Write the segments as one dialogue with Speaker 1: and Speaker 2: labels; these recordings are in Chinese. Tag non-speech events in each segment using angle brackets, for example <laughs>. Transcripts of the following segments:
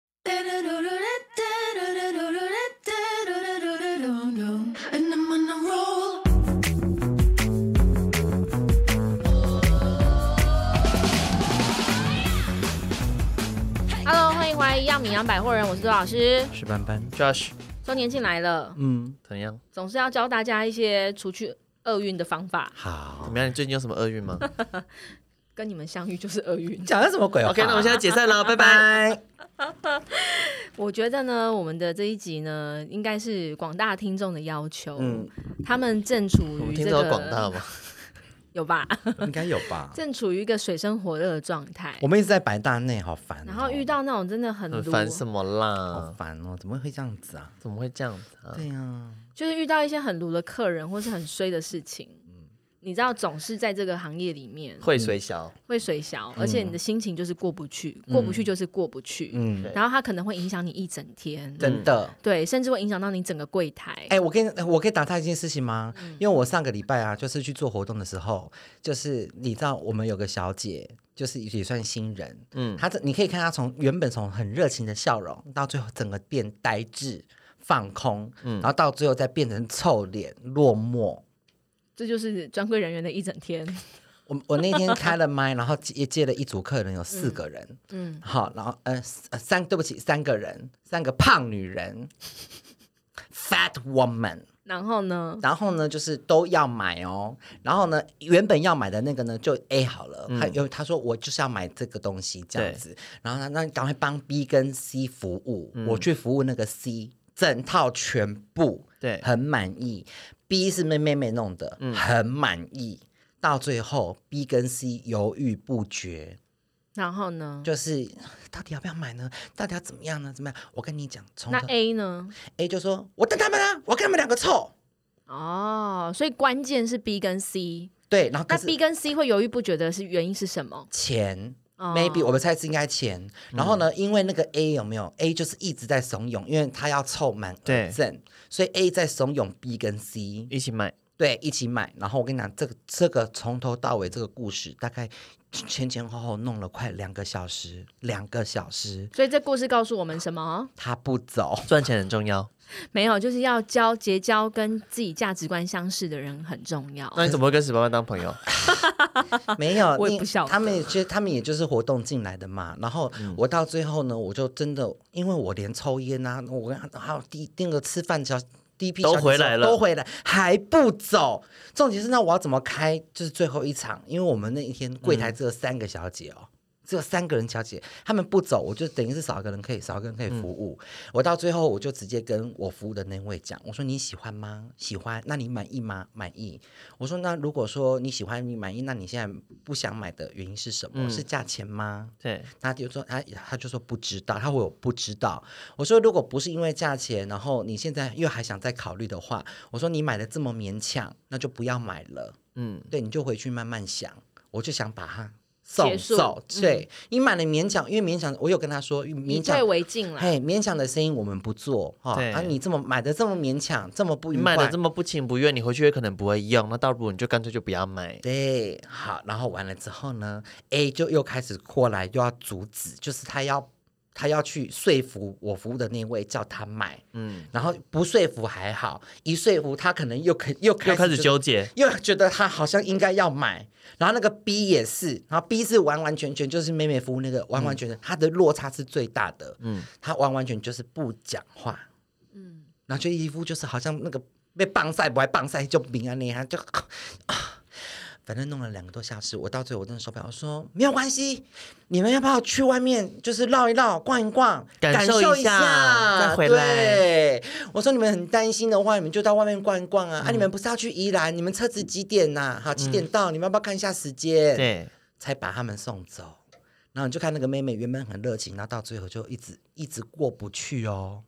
Speaker 1: <laughs> And I'm on a roll.
Speaker 2: 哈喽，欢迎回来，一样米阳百货人，我是杜老师。
Speaker 3: 是班班，
Speaker 4: Josh，
Speaker 2: 周年庆来了，
Speaker 3: 嗯，
Speaker 4: 怎样？
Speaker 2: 总是要教大家一些除去厄运的方法。
Speaker 4: 怎
Speaker 3: 好，
Speaker 4: 么样？你最近有什么厄运 <laughs> 吗
Speaker 2: 跟你们相遇就是厄运。
Speaker 3: 讲的什么鬼话
Speaker 4: ？OK，那我们现在解散了，拜拜。
Speaker 3: 拜。
Speaker 2: <laughs> 我觉得呢，我们的这一集呢，应该是广大听众的要求。
Speaker 3: 嗯，
Speaker 2: 他们正处
Speaker 4: 我们
Speaker 2: 于
Speaker 4: <laughs> 听
Speaker 2: 这
Speaker 4: 到
Speaker 2: 个
Speaker 4: 广大吗？
Speaker 2: 有吧？ <laughs>
Speaker 3: 应该有吧？
Speaker 2: 正处于一个水深火热的状态
Speaker 3: 我，们一直在白大内，好烦哦。
Speaker 2: 然后遇到那种真的很
Speaker 4: 很
Speaker 2: 鲁
Speaker 4: 烦什么
Speaker 3: 好
Speaker 4: 啦？
Speaker 3: 烦哦，怎么会这样子啊？
Speaker 4: 怎么会这样子啊？
Speaker 3: 对呀，嗯
Speaker 2: 就是遇到一些很鲁的客人或是很衰的事情。
Speaker 4: 嗯
Speaker 2: 你知道，总是在这个行业里面
Speaker 4: 会水小，
Speaker 2: 会水小，
Speaker 4: 嗯
Speaker 2: 而且你的心情就是过不去，过不去就是过不去。
Speaker 3: 嗯，
Speaker 2: 然后它可能会影响你一整天，
Speaker 3: 真的。
Speaker 2: 对，甚至会影响到你整个柜台。
Speaker 3: 哎、我跟你，我可以打探一件事情吗？因为我上个礼拜啊，就是去做活动的时候，就是你知道我们有个小姐，就是也算新人，嗯，她这你可以看她从原本从很热情的笑容，到最后整个变呆滞、放空，嗯，然后到最后再变成臭脸、落寞。
Speaker 2: 这就是专柜人员的一整 <laughs> 天。
Speaker 3: 我我那天开了麦，然后接接了一组客人，有四个人，
Speaker 2: 嗯，
Speaker 3: 好，然后呃四呃三，对不起，三个人，三个胖女人，fat woman。
Speaker 2: 然后呢？
Speaker 3: 然后呢，就是都要买哦。然后呢，原本要买的那个呢，就 A 好了。他有他说我就是要买这个东西这样子。然后呢，那你赶快帮 B 跟 C 服务，我去服务那个 C，整套全部
Speaker 4: 对
Speaker 3: 很满意。B 是妹妹妹弄的，
Speaker 2: 嗯
Speaker 3: 很满意。到最后，B 跟 C 犹豫不决，
Speaker 2: 然后呢？
Speaker 3: 就是 <laughs> 到底要不要买呢？到底要怎么样呢？怎么样？我跟你讲，从
Speaker 2: 那哎
Speaker 3: 头
Speaker 2: A 呢？
Speaker 3: A 就说：“我等他们啊，我跟他们两个凑。
Speaker 2: 哦，所以关键是 B 跟 C。”
Speaker 3: 对，然后可
Speaker 2: 那
Speaker 3: 是
Speaker 2: B 跟 C 会犹豫不决的是原因是什么？
Speaker 3: 钱。
Speaker 2: 哦嗯
Speaker 3: maybe 我们猜是应该钱，然后呢，因为那个 A 有没有 A 就是一直在怂恿，因为他要凑满额
Speaker 4: 对
Speaker 3: 赠，所以 A 在怂恿 B 跟 C
Speaker 4: 一起买。
Speaker 3: 对一起买。然后我跟你讲，这个这个从头到尾这个故事大概前前后后弄了快两个小时，两个小时
Speaker 2: 所以这故事告诉我们什么？
Speaker 3: 他不走，
Speaker 2: <laughs>
Speaker 4: 赚钱很重要，
Speaker 3: 哦
Speaker 2: 没有，就是要交结交跟自己价值观相似的人很重要。
Speaker 4: 那你怎么会跟史班班当朋友？
Speaker 3: 没有，
Speaker 2: 我也
Speaker 3: 因
Speaker 2: 不晓得
Speaker 3: 他们也其实他们也就是活动进来的嘛。然后我到最后呢，我就真的因为我连抽烟啊，我跟还有第那个吃饭小第一批
Speaker 4: 都
Speaker 3: 小姐
Speaker 4: 回来了
Speaker 3: 都回来还不走。重点是那我要怎么开？就是最后一场，因为我们那一天柜台只有三个小姐哦。
Speaker 4: 嗯
Speaker 3: 只有三个人小姐，他们不走，我就等于是少一个人可以少一个人可以服务。
Speaker 4: 嗯
Speaker 3: 我到最后我就直接跟我服务的那位讲，我说你喜欢吗？喜欢，那你满意吗？满意。我说那如果说你喜欢你满意，那你现在不想买的原因是什么？
Speaker 4: 嗯
Speaker 3: 是价钱吗？
Speaker 4: 对，
Speaker 3: 他就说他他就说不知道，他会有不知道。我说如果不是因为价钱，然后你现在又还想再考虑的话，我说你买的这么勉强，那就不要买了。
Speaker 4: 嗯，
Speaker 3: 对，你就回去慢慢想。我就想把它送
Speaker 2: 结束嗯
Speaker 3: 走。对、你买了勉强，因为勉强我有跟他说
Speaker 2: 以
Speaker 3: 勉
Speaker 2: 退
Speaker 3: 强。
Speaker 2: 为进了。
Speaker 3: 嘿，勉强的声音我们不做哈、
Speaker 4: 对
Speaker 3: 啊！你这么买的这么勉强，这么不
Speaker 4: 你
Speaker 3: 愉
Speaker 4: 买的
Speaker 3: 快
Speaker 4: 这，么不情不愿，你回去也可能不会用，那倒不如你就干脆就不要买。
Speaker 3: 对，好，然后完了之后呢，A 就又开始过来，又要阻止，就是他要他要去说服我服务的那位叫他买，
Speaker 4: 嗯，
Speaker 3: 然后不说服还好，一说服他可能又可又开
Speaker 4: 又
Speaker 3: 始
Speaker 4: 开始
Speaker 3: 觉得
Speaker 4: 纠结，
Speaker 3: 又觉得他好像应该要买，然后那个 B 也是，然后 B 是完完全全就是妹妹服务那个完完全全，他的落差是最大的，嗯
Speaker 4: 嗯，
Speaker 3: 他完完全就是不讲话，嗯，然后就一副就是好像那个被棒晒不爱棒晒就平安那样就。啊反正弄了两个多小时，我到最后我真的受不了，我说没有关系，你们要不要去外面就是绕一绕、逛一逛，
Speaker 4: 感受
Speaker 3: 一
Speaker 4: 一下再回来
Speaker 3: 对对，我说你们很担心的话，你们就到外面逛一逛啊！啊，你们不是要去宜兰？你们车子几点呐、好，几点到？你们要不要看一下时间？，
Speaker 4: 对，
Speaker 3: 才把他们送走。然后你就看那个妹妹原本很热情，然后到最后就一直一直过不去哦。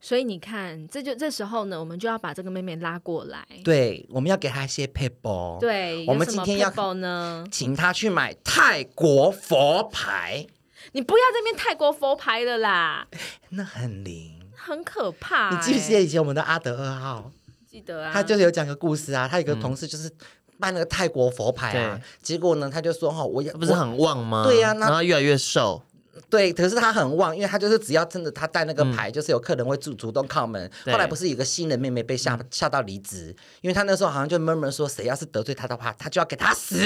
Speaker 2: 所以你看，这就这时候呢，我们就要把这个妹妹拉过来。
Speaker 3: 对，我们要给她一些 p a p e
Speaker 2: 对，
Speaker 3: 我们
Speaker 2: 有什么
Speaker 3: 今天要
Speaker 2: people 呢？
Speaker 3: 请她去买泰国佛牌，
Speaker 2: 你不要这边泰国佛牌了
Speaker 3: <laughs>
Speaker 2: 啦，
Speaker 3: 那很灵。
Speaker 2: 很可怕、
Speaker 3: 你
Speaker 2: 欸。
Speaker 3: 记不记得以前我们的阿德二号？
Speaker 2: 记得啊，
Speaker 3: 他就是有讲个故事啊，他有个同事就是办那个泰国佛牌啊，结果呢，他就说哈、我要
Speaker 4: 不是
Speaker 3: 我
Speaker 4: 很旺吗？
Speaker 3: 对呀那
Speaker 4: 然后越来越瘦，
Speaker 3: 对，可是他很旺，因为他就是只要真的他带那个牌，就是有客人会主主动靠门。
Speaker 4: 嗯对嗯
Speaker 3: 后来不是有个新的妹妹被吓吓到离职，因为他那时候好像就闷闷说，谁要是得罪他的话，他就要给他死。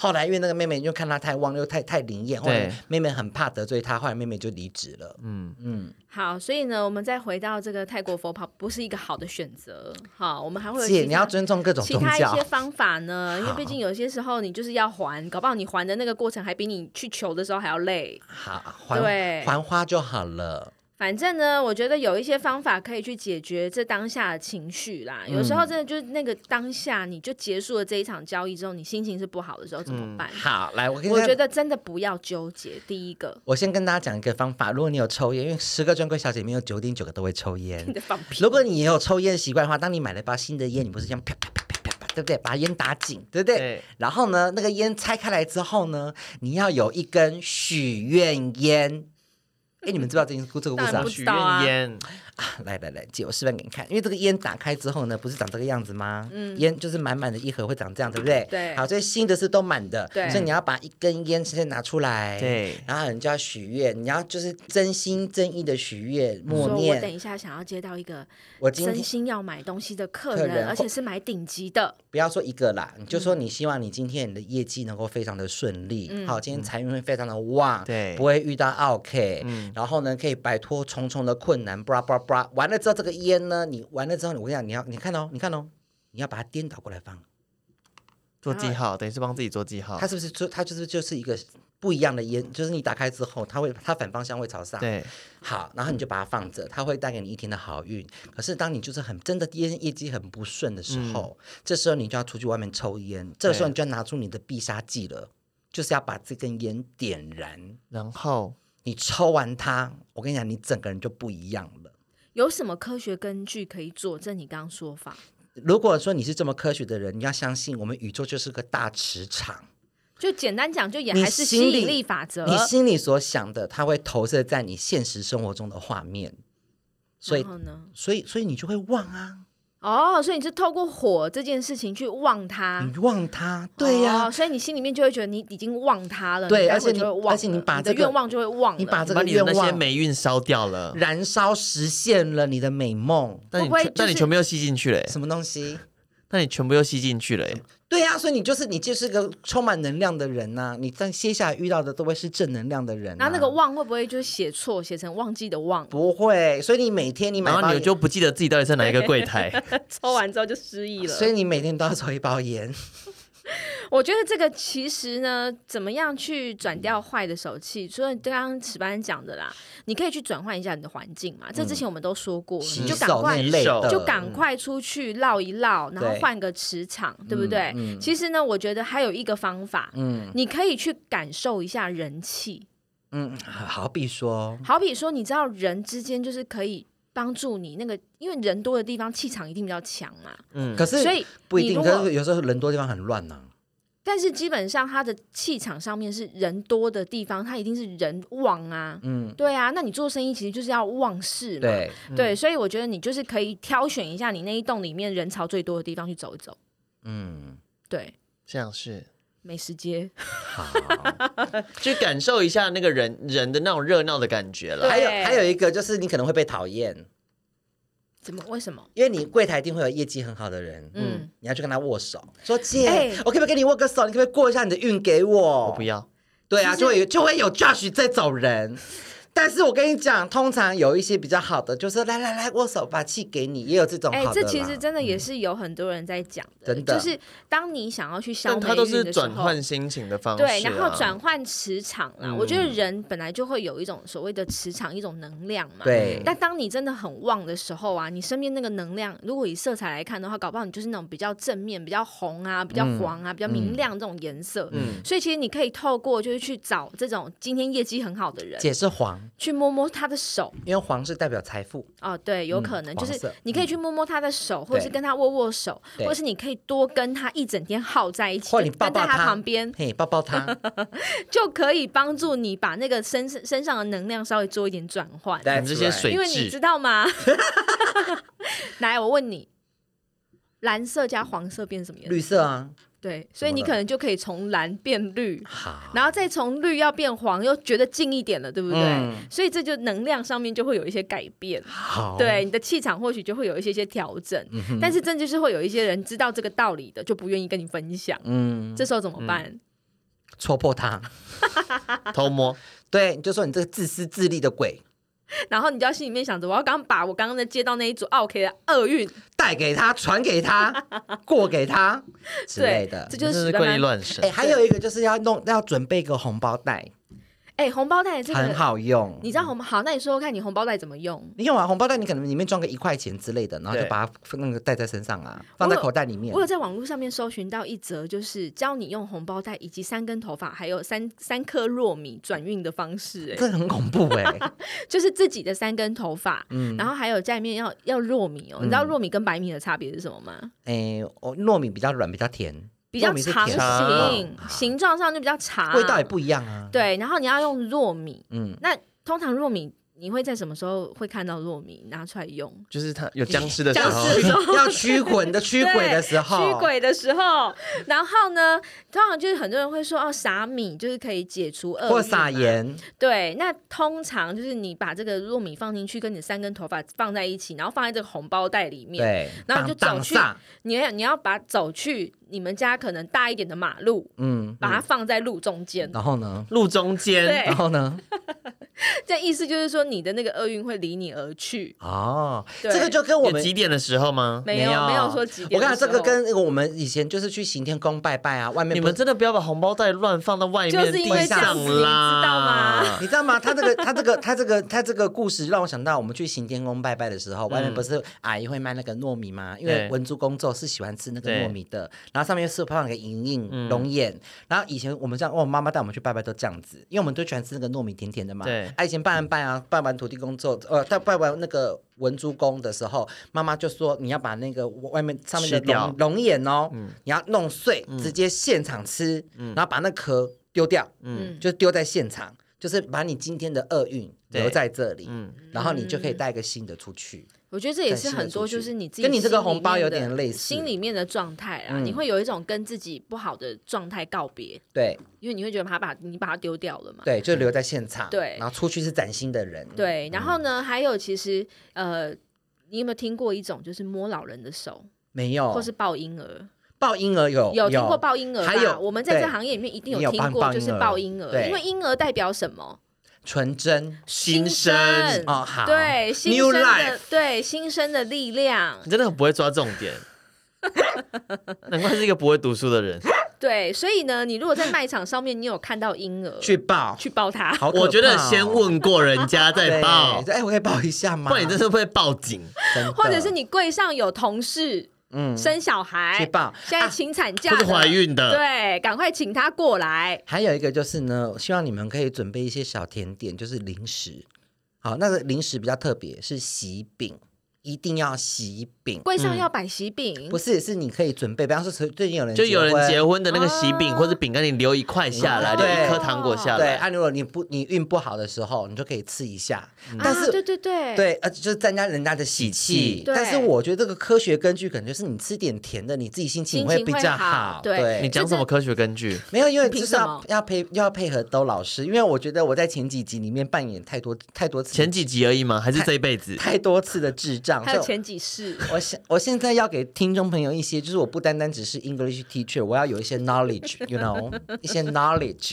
Speaker 3: 后来因为那个妹妹就看他太旺又太太灵验，后来
Speaker 4: 对
Speaker 3: 妹妹很怕得罪他，后来妹妹就离职了。
Speaker 4: 嗯，
Speaker 3: 嗯，
Speaker 2: 好，所以呢，我们再回到这个泰国佛跑不是一个好的选择。好，我们还会有
Speaker 3: 姐，
Speaker 2: 其
Speaker 3: 你
Speaker 2: 他
Speaker 3: 要尊重各种
Speaker 2: 其
Speaker 3: 宗
Speaker 2: 他一
Speaker 3: 教
Speaker 2: 些。方法
Speaker 3: <laughs>
Speaker 2: 呢，因为
Speaker 3: 好
Speaker 2: 毕竟有些时候你就是要还，搞不好你还的那个过程还比你去求的时候还要累。
Speaker 3: 好，还
Speaker 2: 对
Speaker 3: 还花就好了。
Speaker 2: 反正呢，我觉得有一些方法可以去解决这当下的情绪啦。有时候真的就是那个当下，你就结束了这一场交易之后，你心情是不好的时候怎么办？
Speaker 3: 嗯好，来，我跟
Speaker 2: 我
Speaker 3: 大家
Speaker 2: 觉得真的不要纠结。第一
Speaker 3: <laughs>
Speaker 2: 个，
Speaker 3: 我先跟大家讲一个方法，如果你有抽烟，因为十个专柜小姐里面有九点九个都会抽
Speaker 2: 你
Speaker 3: 烟。
Speaker 2: 的放屁。
Speaker 3: 如果你也有抽烟的习惯的话，当你买了一包新的烟，你不是这样啪啪啪啪啪啪，对不对？把烟打紧，对不对？
Speaker 4: 对
Speaker 3: 然后呢，那个烟拆开来之后呢，你要有一根许愿烟。哎，你们知不知道这件这个故
Speaker 2: 嗯当
Speaker 3: 事啊
Speaker 2: 然不？
Speaker 4: 许
Speaker 2: 知道啊
Speaker 4: 愿烟，
Speaker 3: <laughs> 来来来，姐，我示范给你看。因为这个烟打开之后呢，不是长这个样子吗？嗯，烟就是满满的一盒会长这样，对不对？
Speaker 2: 对
Speaker 3: 好，所以新的是都满的，
Speaker 2: 对
Speaker 3: 所以你要把一根烟先拿出来，
Speaker 4: 对
Speaker 3: 然后你就要许愿，你要就是真心真意的许愿，默
Speaker 2: 说我等
Speaker 3: 念。
Speaker 2: 一下想要接到一个
Speaker 3: 我今
Speaker 2: 真
Speaker 3: 天
Speaker 2: 心要买东西的客
Speaker 3: 客
Speaker 2: 人，
Speaker 3: 人
Speaker 2: 而且是买顶级的。
Speaker 3: 不要说一个啦，你就说你希望你今天你的业绩能够非常的顺利，好，今天财运会非常的旺，
Speaker 4: 对
Speaker 3: 哎
Speaker 4: 嗯
Speaker 3: 不会遇到 OK，、然后呢可以摆脱重重的困难，布拉布拉布拉。完了之后，这个烟呢，你完了之后，我跟你讲，你要你看哦，你看哦，你要把它颠倒过来放，
Speaker 4: 做记号，等于是帮自己做记号
Speaker 3: 它。是不是就它就是就是一个不一样的烟？就是你打开之后，它会它反方向会朝上，
Speaker 4: 对，
Speaker 3: 好，然后你就把它放着，它会带给你一天的好运。可是当你就是很真的业业绩很不顺的时候，这时候你就要出去外面抽烟，这时候
Speaker 4: 对
Speaker 3: 你就要拿出你的必杀技了，就是要把这根烟点燃。
Speaker 4: 然后
Speaker 3: 你抽完它，我跟你讲，你整个人就不一样了。
Speaker 2: 有什么科学根据可以佐证你刚刚说法？
Speaker 3: 如果说你是这么科学的人，你要相信我们宇宙就是个大磁场，
Speaker 2: 就简单讲，就也
Speaker 3: 你
Speaker 2: 还是吸
Speaker 3: 心里
Speaker 2: 引力法则。
Speaker 3: 你心里所想的，它会投射在你现实生活中的画面，所以
Speaker 2: 然，后呢？
Speaker 3: 所以，所以你就会忘啊，
Speaker 2: 哦，所以你是透过火这件事情去忘它。
Speaker 3: 你忘它，嗯对呀、
Speaker 2: 啊哦所以你心里面就会觉得你已经忘它了，
Speaker 3: 对
Speaker 2: 你待
Speaker 3: 而且
Speaker 2: 会
Speaker 3: 你
Speaker 2: 就会忘了
Speaker 3: 而且你把
Speaker 2: 你
Speaker 3: 这
Speaker 2: 的
Speaker 3: 个
Speaker 2: 愿望就会忘了，
Speaker 3: 你把这
Speaker 4: 把
Speaker 3: 个
Speaker 4: 你的
Speaker 3: 愿
Speaker 4: 那些
Speaker 3: 望
Speaker 4: 霉运烧掉了，
Speaker 3: 燃烧，实现了你的美梦。
Speaker 4: 但你
Speaker 2: 嗯会不会
Speaker 4: 全但
Speaker 2: 就
Speaker 4: 你
Speaker 2: 是
Speaker 4: 全部又吸进去了欸，
Speaker 3: 什么东西？
Speaker 4: 那你全部又吸进去了欸，
Speaker 3: 对呀、所以你就是你就是个充满能量的人呐、你在接下来遇到的都会是正能量的人、啊。
Speaker 2: 然后那个忘会不会就写错，写成忘记的忘？ <laughs>
Speaker 3: 不会，所以你每天你买
Speaker 4: 然后
Speaker 3: 包
Speaker 4: 你就不记得自己到底在哪一个柜
Speaker 2: <laughs>
Speaker 4: 台。
Speaker 2: 抽完之后就失忆了。
Speaker 3: 所以你每天都要抽一包
Speaker 2: <laughs>
Speaker 3: 烟。
Speaker 2: 我觉得这个其实呢，怎么样去转掉坏的手气？除了刚刚史班讲的啦，你可以去转换一下你的环境嘛。这之前我们都说过，
Speaker 3: 洗
Speaker 2: 你就赶
Speaker 3: 手嗯那
Speaker 2: 快
Speaker 3: 类的，
Speaker 2: 就赶快出去绕一绕，然后
Speaker 3: 对
Speaker 2: 换个磁场，对不对？
Speaker 3: 嗯嗯
Speaker 2: 其实呢，我觉得还有一个方法，
Speaker 3: 嗯
Speaker 2: 你可以去感受一下人气。
Speaker 3: 嗯，好好比说，
Speaker 2: 好比说，你知道人之间就是可以帮助你那个，因为人多的地方气场一定比较强嘛，
Speaker 4: 嗯，
Speaker 3: 可是
Speaker 2: 所以
Speaker 3: 不一
Speaker 2: 你
Speaker 3: 定，
Speaker 2: 如果
Speaker 3: 可是有时候人多地方很乱呐、
Speaker 2: 但是基本上它的气场上面是人多的地方，它一定是人旺啊。
Speaker 3: 嗯，
Speaker 2: 对啊，那你做生意其实就是要旺势嘛。
Speaker 3: 对，
Speaker 4: 嗯
Speaker 2: 对所以我觉得你就是可以挑选一下你那一栋里面人潮最多的地方去走一走。
Speaker 3: 嗯，
Speaker 2: 对，
Speaker 4: 这样是
Speaker 2: 美食街。
Speaker 3: 好。
Speaker 4: 去感受一下那个人人的那种热闹的感觉了。
Speaker 3: 还有
Speaker 2: 对
Speaker 3: 还有一个就是你可能会被讨厌，
Speaker 2: 怎么？为什么？
Speaker 3: 因为你柜台一定会有业绩很好的人，
Speaker 2: 嗯
Speaker 3: 嗯，你要去跟他握手，说姐，
Speaker 2: 哎
Speaker 3: 我可不可以跟你握个手？你可不可以过一下你的运给我？
Speaker 4: 我不。要，
Speaker 3: 对啊，
Speaker 2: 其实
Speaker 3: 就会有就会有 Josh 这种人。但是我跟你讲，通常有一些比较好的，就是来来来握手，把气给你，也有这种
Speaker 2: 哎、
Speaker 3: 好的
Speaker 2: 这
Speaker 3: 啦。嗯
Speaker 2: 其实真的也是有很多人在讲的，
Speaker 3: 真的
Speaker 2: 就是当你想要去消
Speaker 4: 但
Speaker 2: 霉
Speaker 4: 他都是
Speaker 2: 运的时候
Speaker 4: 转换心情的方式、啊。
Speaker 2: 对，然后转换磁场啦、我觉
Speaker 3: 嗯
Speaker 2: 得人本来就会有一种所谓的磁场，一种能量嘛。。
Speaker 3: 对，
Speaker 2: 嗯但当你真的很旺的时候啊，你身边那个能量，如果以色彩来看的话，搞不好你就是那种比较正面、比较红啊、比较
Speaker 3: 嗯
Speaker 2: 黄啊、比较明亮这种颜色。
Speaker 4: 嗯
Speaker 2: 所以其实你可以透过就是去找这种今天业绩很好的人，
Speaker 3: 姐是黄，
Speaker 2: 去摸摸他的手
Speaker 3: 因为黄是代表财富。
Speaker 2: 哦，对，有可能、
Speaker 3: 嗯黄
Speaker 2: 就
Speaker 3: 色嗯
Speaker 2: 是你可以去摸摸他的手，或者是
Speaker 3: 对
Speaker 2: 跟他握握手，
Speaker 3: 对
Speaker 2: 或者是你可以多跟他一整天耗在一起，
Speaker 3: 或者
Speaker 2: 就
Speaker 3: 你抱抱
Speaker 2: 跟在
Speaker 3: 他
Speaker 2: 他旁边，
Speaker 3: 嘿，抱
Speaker 2: <laughs>
Speaker 3: 抱他，
Speaker 2: 就可以帮助你把那个身身上的能量稍微做一点转换。
Speaker 4: 我
Speaker 3: 来
Speaker 4: 们这些水
Speaker 2: 因为你知
Speaker 4: 质，
Speaker 2: 道吗？ <laughs> 来，我问你，蓝色加黄色变什么颜色？
Speaker 3: 绿色啊，
Speaker 2: 对，所以你可能就可以从蓝变绿，
Speaker 3: 好，
Speaker 2: 然后再从绿要变黄，又觉得近一点了，对不对？
Speaker 3: 嗯
Speaker 2: 所以这就能量上面就会有一些改变。
Speaker 3: 好，嗯
Speaker 2: 对你的气场或许就会有一些些调整，但是真就是会有一些人知道这个道理的，就不愿意跟你分享。
Speaker 3: 嗯，
Speaker 2: 这时候怎么办？
Speaker 3: 戳破他，
Speaker 4: 偷摸，
Speaker 3: 对，你就说你这个自私自利的鬼，
Speaker 2: 然后你就要心里面想着，我要刚把我刚刚的接到那一组啊 OK 的厄运，
Speaker 3: 带给他，传
Speaker 2: <laughs>
Speaker 3: 给他，过给他之类
Speaker 2: 对
Speaker 3: 的，。
Speaker 2: 这 <laughs> 就
Speaker 4: 真
Speaker 2: 是
Speaker 4: 是
Speaker 2: 史
Speaker 4: 怪
Speaker 2: 班
Speaker 4: 力
Speaker 2: 班。
Speaker 4: 乱神
Speaker 3: 哎、。还有一个就是要弄，要准备一个红包袋，
Speaker 2: 哎，红包袋这
Speaker 3: 很
Speaker 2: 个，
Speaker 3: 好用。
Speaker 2: 你知道红好，那你说说看你红包袋怎么用？
Speaker 3: 你看完红包袋，你可能里面装个一块钱之类的，然后就
Speaker 4: 对
Speaker 3: 把它那个带在身上啊，放在口袋里面
Speaker 2: 我。有在网络上面搜寻到一则，就是教你用红包袋以及三根头发，还有三三颗糯米转运的方式、哎，
Speaker 3: 这很恐怖哎、
Speaker 2: <laughs> 就是自己的三根头发，
Speaker 3: 嗯
Speaker 2: 然后还有家里面要要糯米哦、你知道糯米跟白米的差别是什么吗？
Speaker 3: 哎、我糯米比较软，比较甜，
Speaker 2: 比较
Speaker 3: 糯米是
Speaker 2: 长
Speaker 3: 甜啊
Speaker 4: 的
Speaker 2: 形，形状上就比较长，
Speaker 3: 味道也不一样啊。
Speaker 2: 对。然后你要用糯米，
Speaker 3: 嗯，
Speaker 2: 那通常糯米你会在什么时候会看到糯米拿出来用？
Speaker 4: 就是他有僵尸的时
Speaker 2: 僵
Speaker 4: 候，
Speaker 2: 尸
Speaker 3: 要驱
Speaker 2: <laughs>
Speaker 3: 魂的驱鬼的时候，
Speaker 2: 对驱鬼的时候，然后呢，通常就是很多人会说哦，撒米就是可以解除恶，
Speaker 3: 或撒。盐，
Speaker 2: 对，那通常就是你把这个糯米放进去，跟你三根头发放在一起，然后放在这个红包袋里面。
Speaker 3: 对，
Speaker 2: 然后你就
Speaker 3: 挡
Speaker 2: 走
Speaker 3: 挡
Speaker 2: 去
Speaker 3: 煞，
Speaker 2: 你要你要把走去你们家可能大一点的马路，
Speaker 3: 嗯，
Speaker 2: 把它放在路中间。
Speaker 3: 然后呢，
Speaker 4: 路中间
Speaker 2: 对
Speaker 3: 然后呢，
Speaker 2: 这意思就是说，你的那个厄运会离你而去。
Speaker 3: 哦，
Speaker 2: 对
Speaker 3: 这个就跟我
Speaker 4: 有
Speaker 3: 们
Speaker 4: 几点的时候吗？
Speaker 2: 没有没有说几点
Speaker 3: 我
Speaker 2: 的时候。
Speaker 3: 看这个跟那个我们以前就是去行天宫拜拜啊，外面
Speaker 4: 你
Speaker 3: 不
Speaker 4: 们真的不要把红包袋乱放到外面
Speaker 2: 就是因为
Speaker 4: 地
Speaker 3: 这样
Speaker 4: 上
Speaker 2: 子
Speaker 4: 啦，
Speaker 2: 你知道吗？
Speaker 3: 你知道吗？他这个他这个 <laughs> 他这个他这个故事让我想到，我们去行天宫拜拜的时候，外面不是阿姨会卖那个糯米吗？因为
Speaker 4: 嗯对
Speaker 3: 文珠公咒是喜欢吃那个
Speaker 4: 对
Speaker 3: 糯米的，然后上面是放那个银
Speaker 4: 嗯
Speaker 3: 印龙眼。然后以前我们这样，哦，妈妈带我们去拜拜都这样子，因为我们都喜欢吃那个糯米甜甜的嘛。
Speaker 4: 对
Speaker 3: 啊，以前拜完拜啊，拜完土地公咒，呃，拜拜完那个文珠公的时候，妈妈就说你要把那个外面上面的
Speaker 4: 吃掉
Speaker 3: 龙龙眼哦，
Speaker 4: 嗯
Speaker 3: 你要弄碎，直接现场吃，然后把那壳丢掉。
Speaker 2: 嗯，
Speaker 3: 就丢在现场，就是把你今天的厄运
Speaker 4: 对
Speaker 3: 留在这里，
Speaker 4: 嗯
Speaker 3: 然后你就可以带一个新的出去。
Speaker 2: 我觉得这也是
Speaker 3: 展现了
Speaker 2: 很多，
Speaker 3: 出去
Speaker 2: 就是你自己
Speaker 3: 跟你这个
Speaker 2: 心里
Speaker 3: 红包
Speaker 2: 面
Speaker 3: 有
Speaker 2: 的
Speaker 3: 点类似
Speaker 2: 心里面的状态啊，
Speaker 3: 嗯
Speaker 2: 你会有一种跟自己不好的状态告别，
Speaker 3: 对
Speaker 2: 因为你会觉得他把你把它丢掉了嘛。
Speaker 3: 对，就留在现场。
Speaker 2: 对
Speaker 3: 然后出去是崭新的人。，
Speaker 2: 对，然
Speaker 3: 嗯
Speaker 2: 后呢，还有其实呃，你有没有听过一种就是摸老人的手，
Speaker 3: 没有，
Speaker 2: 或是抱婴儿？
Speaker 3: 抱婴儿哦有
Speaker 2: 有听过抱婴儿吧？
Speaker 3: 还有
Speaker 2: 我们在这
Speaker 3: 对
Speaker 2: 行业里面一定
Speaker 3: 你有
Speaker 2: 听
Speaker 3: 帮
Speaker 2: 过，
Speaker 3: 抱
Speaker 2: 就是
Speaker 3: 婴儿
Speaker 2: 抱婴儿，
Speaker 3: 对
Speaker 2: 因为婴儿代表什么？
Speaker 3: 纯真
Speaker 4: 新
Speaker 2: 生
Speaker 4: 生
Speaker 3: 哦，好，
Speaker 2: 对新
Speaker 3: New
Speaker 2: 生的
Speaker 3: life
Speaker 2: 对新生的力量
Speaker 4: 你，真的很不会抓重
Speaker 2: <laughs>
Speaker 4: 点，难怪是一个不会读书的人。
Speaker 2: 对，所以呢，你如果在卖场上面，你有看到婴儿
Speaker 3: 去抱，
Speaker 2: 去抱他，
Speaker 3: 好可怕哦，
Speaker 4: 我觉得先问过人家再
Speaker 3: 对
Speaker 2: 哦
Speaker 4: 报，
Speaker 3: 哎，我可以抱一下吗？
Speaker 4: 不然你真是会报警。
Speaker 3: 真的
Speaker 2: 或者是你柜上有同事
Speaker 3: 嗯
Speaker 2: 生小孩
Speaker 3: 去，啊抱。
Speaker 2: 现在请产假
Speaker 4: 或
Speaker 2: 的，
Speaker 4: 是怀孕的
Speaker 2: 对，赶快请他过来。
Speaker 3: 还有一个就是呢，希望你们可以准备一些小甜点，就是零食。好，那个零食比较特别，是喜饼，一定要喜饼，
Speaker 2: 柜上要摆喜饼
Speaker 3: 嗯不，是是你可以准备，比方说最近有人
Speaker 4: 就有人结
Speaker 3: 婚，
Speaker 4: 婚的那个喜饼
Speaker 2: 啊
Speaker 4: 或者饼干，你留一块下来，留
Speaker 3: 对
Speaker 4: 一颗糖果下
Speaker 3: 对，
Speaker 4: 来，
Speaker 3: 啊，如果你不你运不好的时候，你就可以吃一下，但
Speaker 2: 啊、对
Speaker 3: 是。
Speaker 2: 对对，
Speaker 3: 对，呃，就是增加人家的喜
Speaker 4: 喜
Speaker 3: 气
Speaker 4: 气。
Speaker 2: 对
Speaker 3: 但是我觉得这个科学根据可能就是你吃点甜的，你自己心情会比
Speaker 2: 心情
Speaker 3: 较
Speaker 2: 会好
Speaker 3: 好。
Speaker 2: 对
Speaker 4: 你讲什么科学根据？
Speaker 3: 没有，因为
Speaker 2: 凭
Speaker 3: 就是要
Speaker 2: 什么
Speaker 3: 要配要配合兜老师，因为我觉得我在前几集里面扮演太多太多次
Speaker 4: 前几集而已吗？还是这一辈子？
Speaker 2: 嗯
Speaker 3: 太多次的智障，
Speaker 2: 还有
Speaker 3: 所以
Speaker 2: 前几世。
Speaker 3: 我现我现在要给听众朋友一些，就是我不单单只是 English teacher，我要有一些
Speaker 2: <laughs>
Speaker 3: knowledge，you know，一些 knowledge。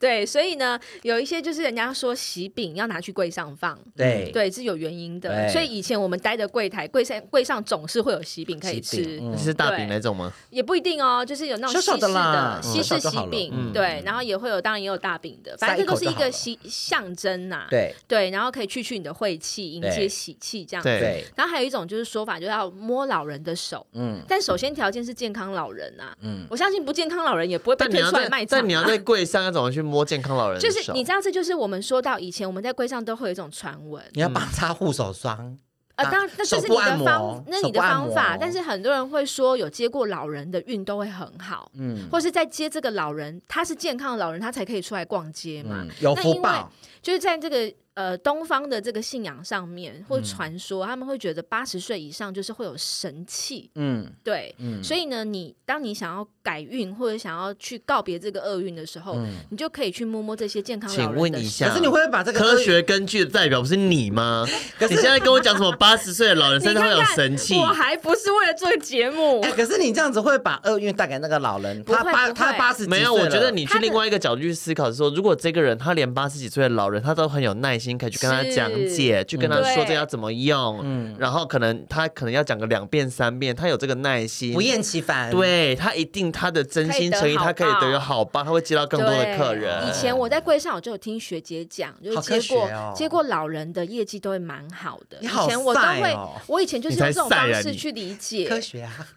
Speaker 2: 对，所以呢，有一些就是人家说喜饼要拿去柜上放。
Speaker 3: 对
Speaker 2: 嗯对，是有原因的。
Speaker 3: 对
Speaker 2: 所以以前我们待的柜台，柜上柜上总是会有喜饼可以
Speaker 3: 喜
Speaker 2: 吃
Speaker 3: 饼，嗯
Speaker 4: 是大
Speaker 2: 对
Speaker 4: 饼那种吗？
Speaker 2: 也不一定哦，就是有那种
Speaker 3: 小
Speaker 2: 西
Speaker 3: 小
Speaker 2: 式
Speaker 3: 的啦
Speaker 2: 西
Speaker 3: 嗯小
Speaker 2: 式
Speaker 3: 小就
Speaker 2: 喜
Speaker 3: 好了
Speaker 2: 饼，对，然后也会有，当然也有大饼的，反
Speaker 3: 塞
Speaker 2: 正这
Speaker 3: 一
Speaker 2: 都
Speaker 3: 口
Speaker 2: 是
Speaker 3: 就
Speaker 2: 一
Speaker 3: 好
Speaker 2: 个
Speaker 3: 了
Speaker 2: 喜象征呐。
Speaker 3: 对
Speaker 2: 对，然后可以去去你的晦气，迎接
Speaker 3: 对
Speaker 2: 喜气这样。
Speaker 4: 对
Speaker 3: 对，
Speaker 2: 然后还有一种就是说法，就是要摸老人的手，
Speaker 3: 嗯
Speaker 2: 但首先条件是健康老人啊。
Speaker 3: 嗯
Speaker 2: 我相信不健康老人也不会被
Speaker 4: 但你
Speaker 2: 推
Speaker 4: 要
Speaker 2: 出来
Speaker 4: 在
Speaker 2: 卖场啊。
Speaker 4: 但你要在柜上要怎么去摸健康老人
Speaker 2: 就
Speaker 4: 的
Speaker 2: 是
Speaker 4: 手？
Speaker 2: 你知道，这就是我们说到以前我们在柜上都会有一种传闻，
Speaker 4: 嗯
Speaker 3: 你要帮他擦护手霜，
Speaker 2: 呃，
Speaker 3: 打
Speaker 2: 当然那这
Speaker 3: 手
Speaker 2: 是
Speaker 3: 部
Speaker 2: 你的
Speaker 3: 按摩
Speaker 2: 方，那是你的
Speaker 3: 手部按
Speaker 2: 方法。
Speaker 3: 摩
Speaker 2: 但是很多人会说，有接过老人的运都会很好，
Speaker 3: 嗯
Speaker 2: 或是在接这个老人，他是健康的老人，他才可以出来逛街嘛。
Speaker 3: 嗯，有
Speaker 2: 那
Speaker 3: 福
Speaker 2: 因为
Speaker 3: 报，
Speaker 2: 就是在这个呃东方的这个信仰上面
Speaker 4: 嗯
Speaker 2: 或传说，他们会觉得八十岁以上就是会有神气，
Speaker 3: 嗯
Speaker 2: 对，所以呢，你当你想要改运或者想要去告别这个厄运的时候，你就可以去摸摸这些健康老
Speaker 4: 嗯请
Speaker 2: 人
Speaker 4: 问
Speaker 2: 的
Speaker 4: 一
Speaker 2: 手。
Speaker 4: 下，
Speaker 3: 嗯可是你会不会把这个
Speaker 4: 科学根据的代表不是你吗？你现在跟我讲什么八十岁的老人身
Speaker 2: <laughs> 你
Speaker 4: 上
Speaker 2: 看
Speaker 4: 会有
Speaker 2: 看，
Speaker 4: 神气？
Speaker 2: 我还不是为了做节目
Speaker 3: 哎、。可是你这样子会把厄运带给那个老人，
Speaker 2: 不会
Speaker 3: 他八
Speaker 2: 不会
Speaker 3: 他八十几岁了
Speaker 4: 没有，我觉得你去
Speaker 2: 他的
Speaker 4: 另外一个角度去思考说，如果这个人他连八十几岁的老人，他都很有耐心，可以去跟他讲解，去跟他说这要怎么用，
Speaker 3: 嗯
Speaker 4: 然后可能他可能要讲个两遍三遍，他有这个耐心
Speaker 3: 不。厌其烦，，
Speaker 4: 对他一定他的真心诚
Speaker 2: 可以
Speaker 4: 意，
Speaker 2: 得好报
Speaker 4: 他可以得有好报，他会接到更多的客人
Speaker 2: 对以。前我在柜上，我就有听学姐讲，就是
Speaker 3: 好科
Speaker 2: 接过、
Speaker 3: 学哦
Speaker 2: 接过老人的业绩都会蛮好的。
Speaker 3: 你好
Speaker 2: 以前我都
Speaker 3: 晒
Speaker 2: 会
Speaker 3: 哦，
Speaker 2: 我以前就是用这种
Speaker 4: 你才晒
Speaker 2: 方
Speaker 4: 啊
Speaker 2: 式
Speaker 4: 你
Speaker 2: 去理
Speaker 3: 科
Speaker 2: 解，
Speaker 3: 学啊。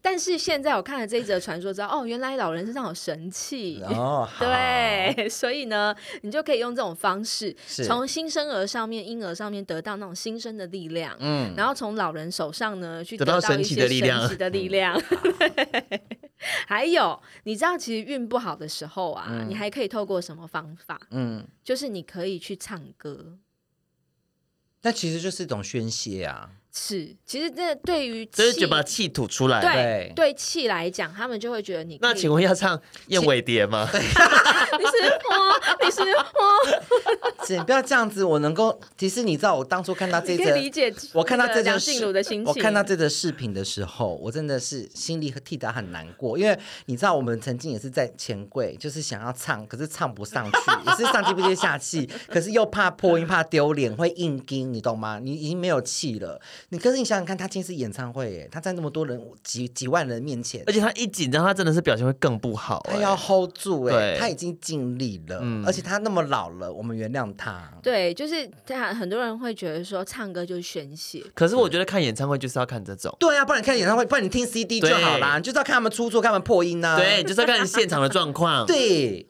Speaker 2: 但是现在我看了这一则传说之后，哦，原来老人身上有神气。
Speaker 3: 哦，好，
Speaker 2: 对， <laughs> 所以呢，你就可以用这种方式，
Speaker 3: 是
Speaker 2: 从新生儿上面、婴儿上面得到那种新生的力量，嗯，然后从老人手上呢去
Speaker 4: 得到
Speaker 2: 一
Speaker 4: 神奇
Speaker 2: 些
Speaker 4: 的力量
Speaker 2: 神奇的力量。 <laughs> 还有，你知道，其实运不好的时候啊，你还可以透过什么方法？
Speaker 3: 嗯，
Speaker 2: 就是你可以去唱歌。
Speaker 3: 那其实就是一种宣泄啊。
Speaker 2: 是，其实这对于气
Speaker 4: 就是就把气吐出来。
Speaker 2: 对
Speaker 3: 对
Speaker 2: 对气来讲，他们就会觉得你可以
Speaker 4: 那请问要唱《燕尾蝶》吗？
Speaker 2: 你是花，你是花，
Speaker 3: 姐，不要这样子，我能够，其实你知道，我当初看到这
Speaker 2: 你
Speaker 3: 一
Speaker 2: 可以理
Speaker 3: 则，
Speaker 2: 解
Speaker 3: 我看到
Speaker 2: 那
Speaker 3: 这
Speaker 2: 个
Speaker 3: 则
Speaker 2: 梁静茹的心情，
Speaker 3: 我看到这则视频的时候，我真的是心里替他很难过，因为你知道，我们曾经也是在钱柜，就是想要唱，可是唱不上去，也是上气不接下气，可是又怕破音，怕丢脸，会硬盯，你懂吗？你已经没有气了。你可是你想想看，他今天是演唱会，耶，他在那么多人几几万人面前
Speaker 4: 而。且他一紧张，他真的是表现会更不好。
Speaker 3: 他要 hold 住哎、
Speaker 4: 对
Speaker 3: 他已经尽力了，
Speaker 2: 嗯
Speaker 3: 而且他那么老了，我们原谅他。
Speaker 2: 对，就是他很多人会觉得说唱歌就是宣泄，
Speaker 4: 可是我觉得看演唱会就是要看这种，
Speaker 3: 对啊，不然你看演唱会，不然你听 CD 就好啦，
Speaker 4: 对
Speaker 3: 你就知道看他们出错，看他们破音啊。
Speaker 4: 对，你就是要看现场的
Speaker 3: <laughs>
Speaker 4: 状况。
Speaker 3: 对，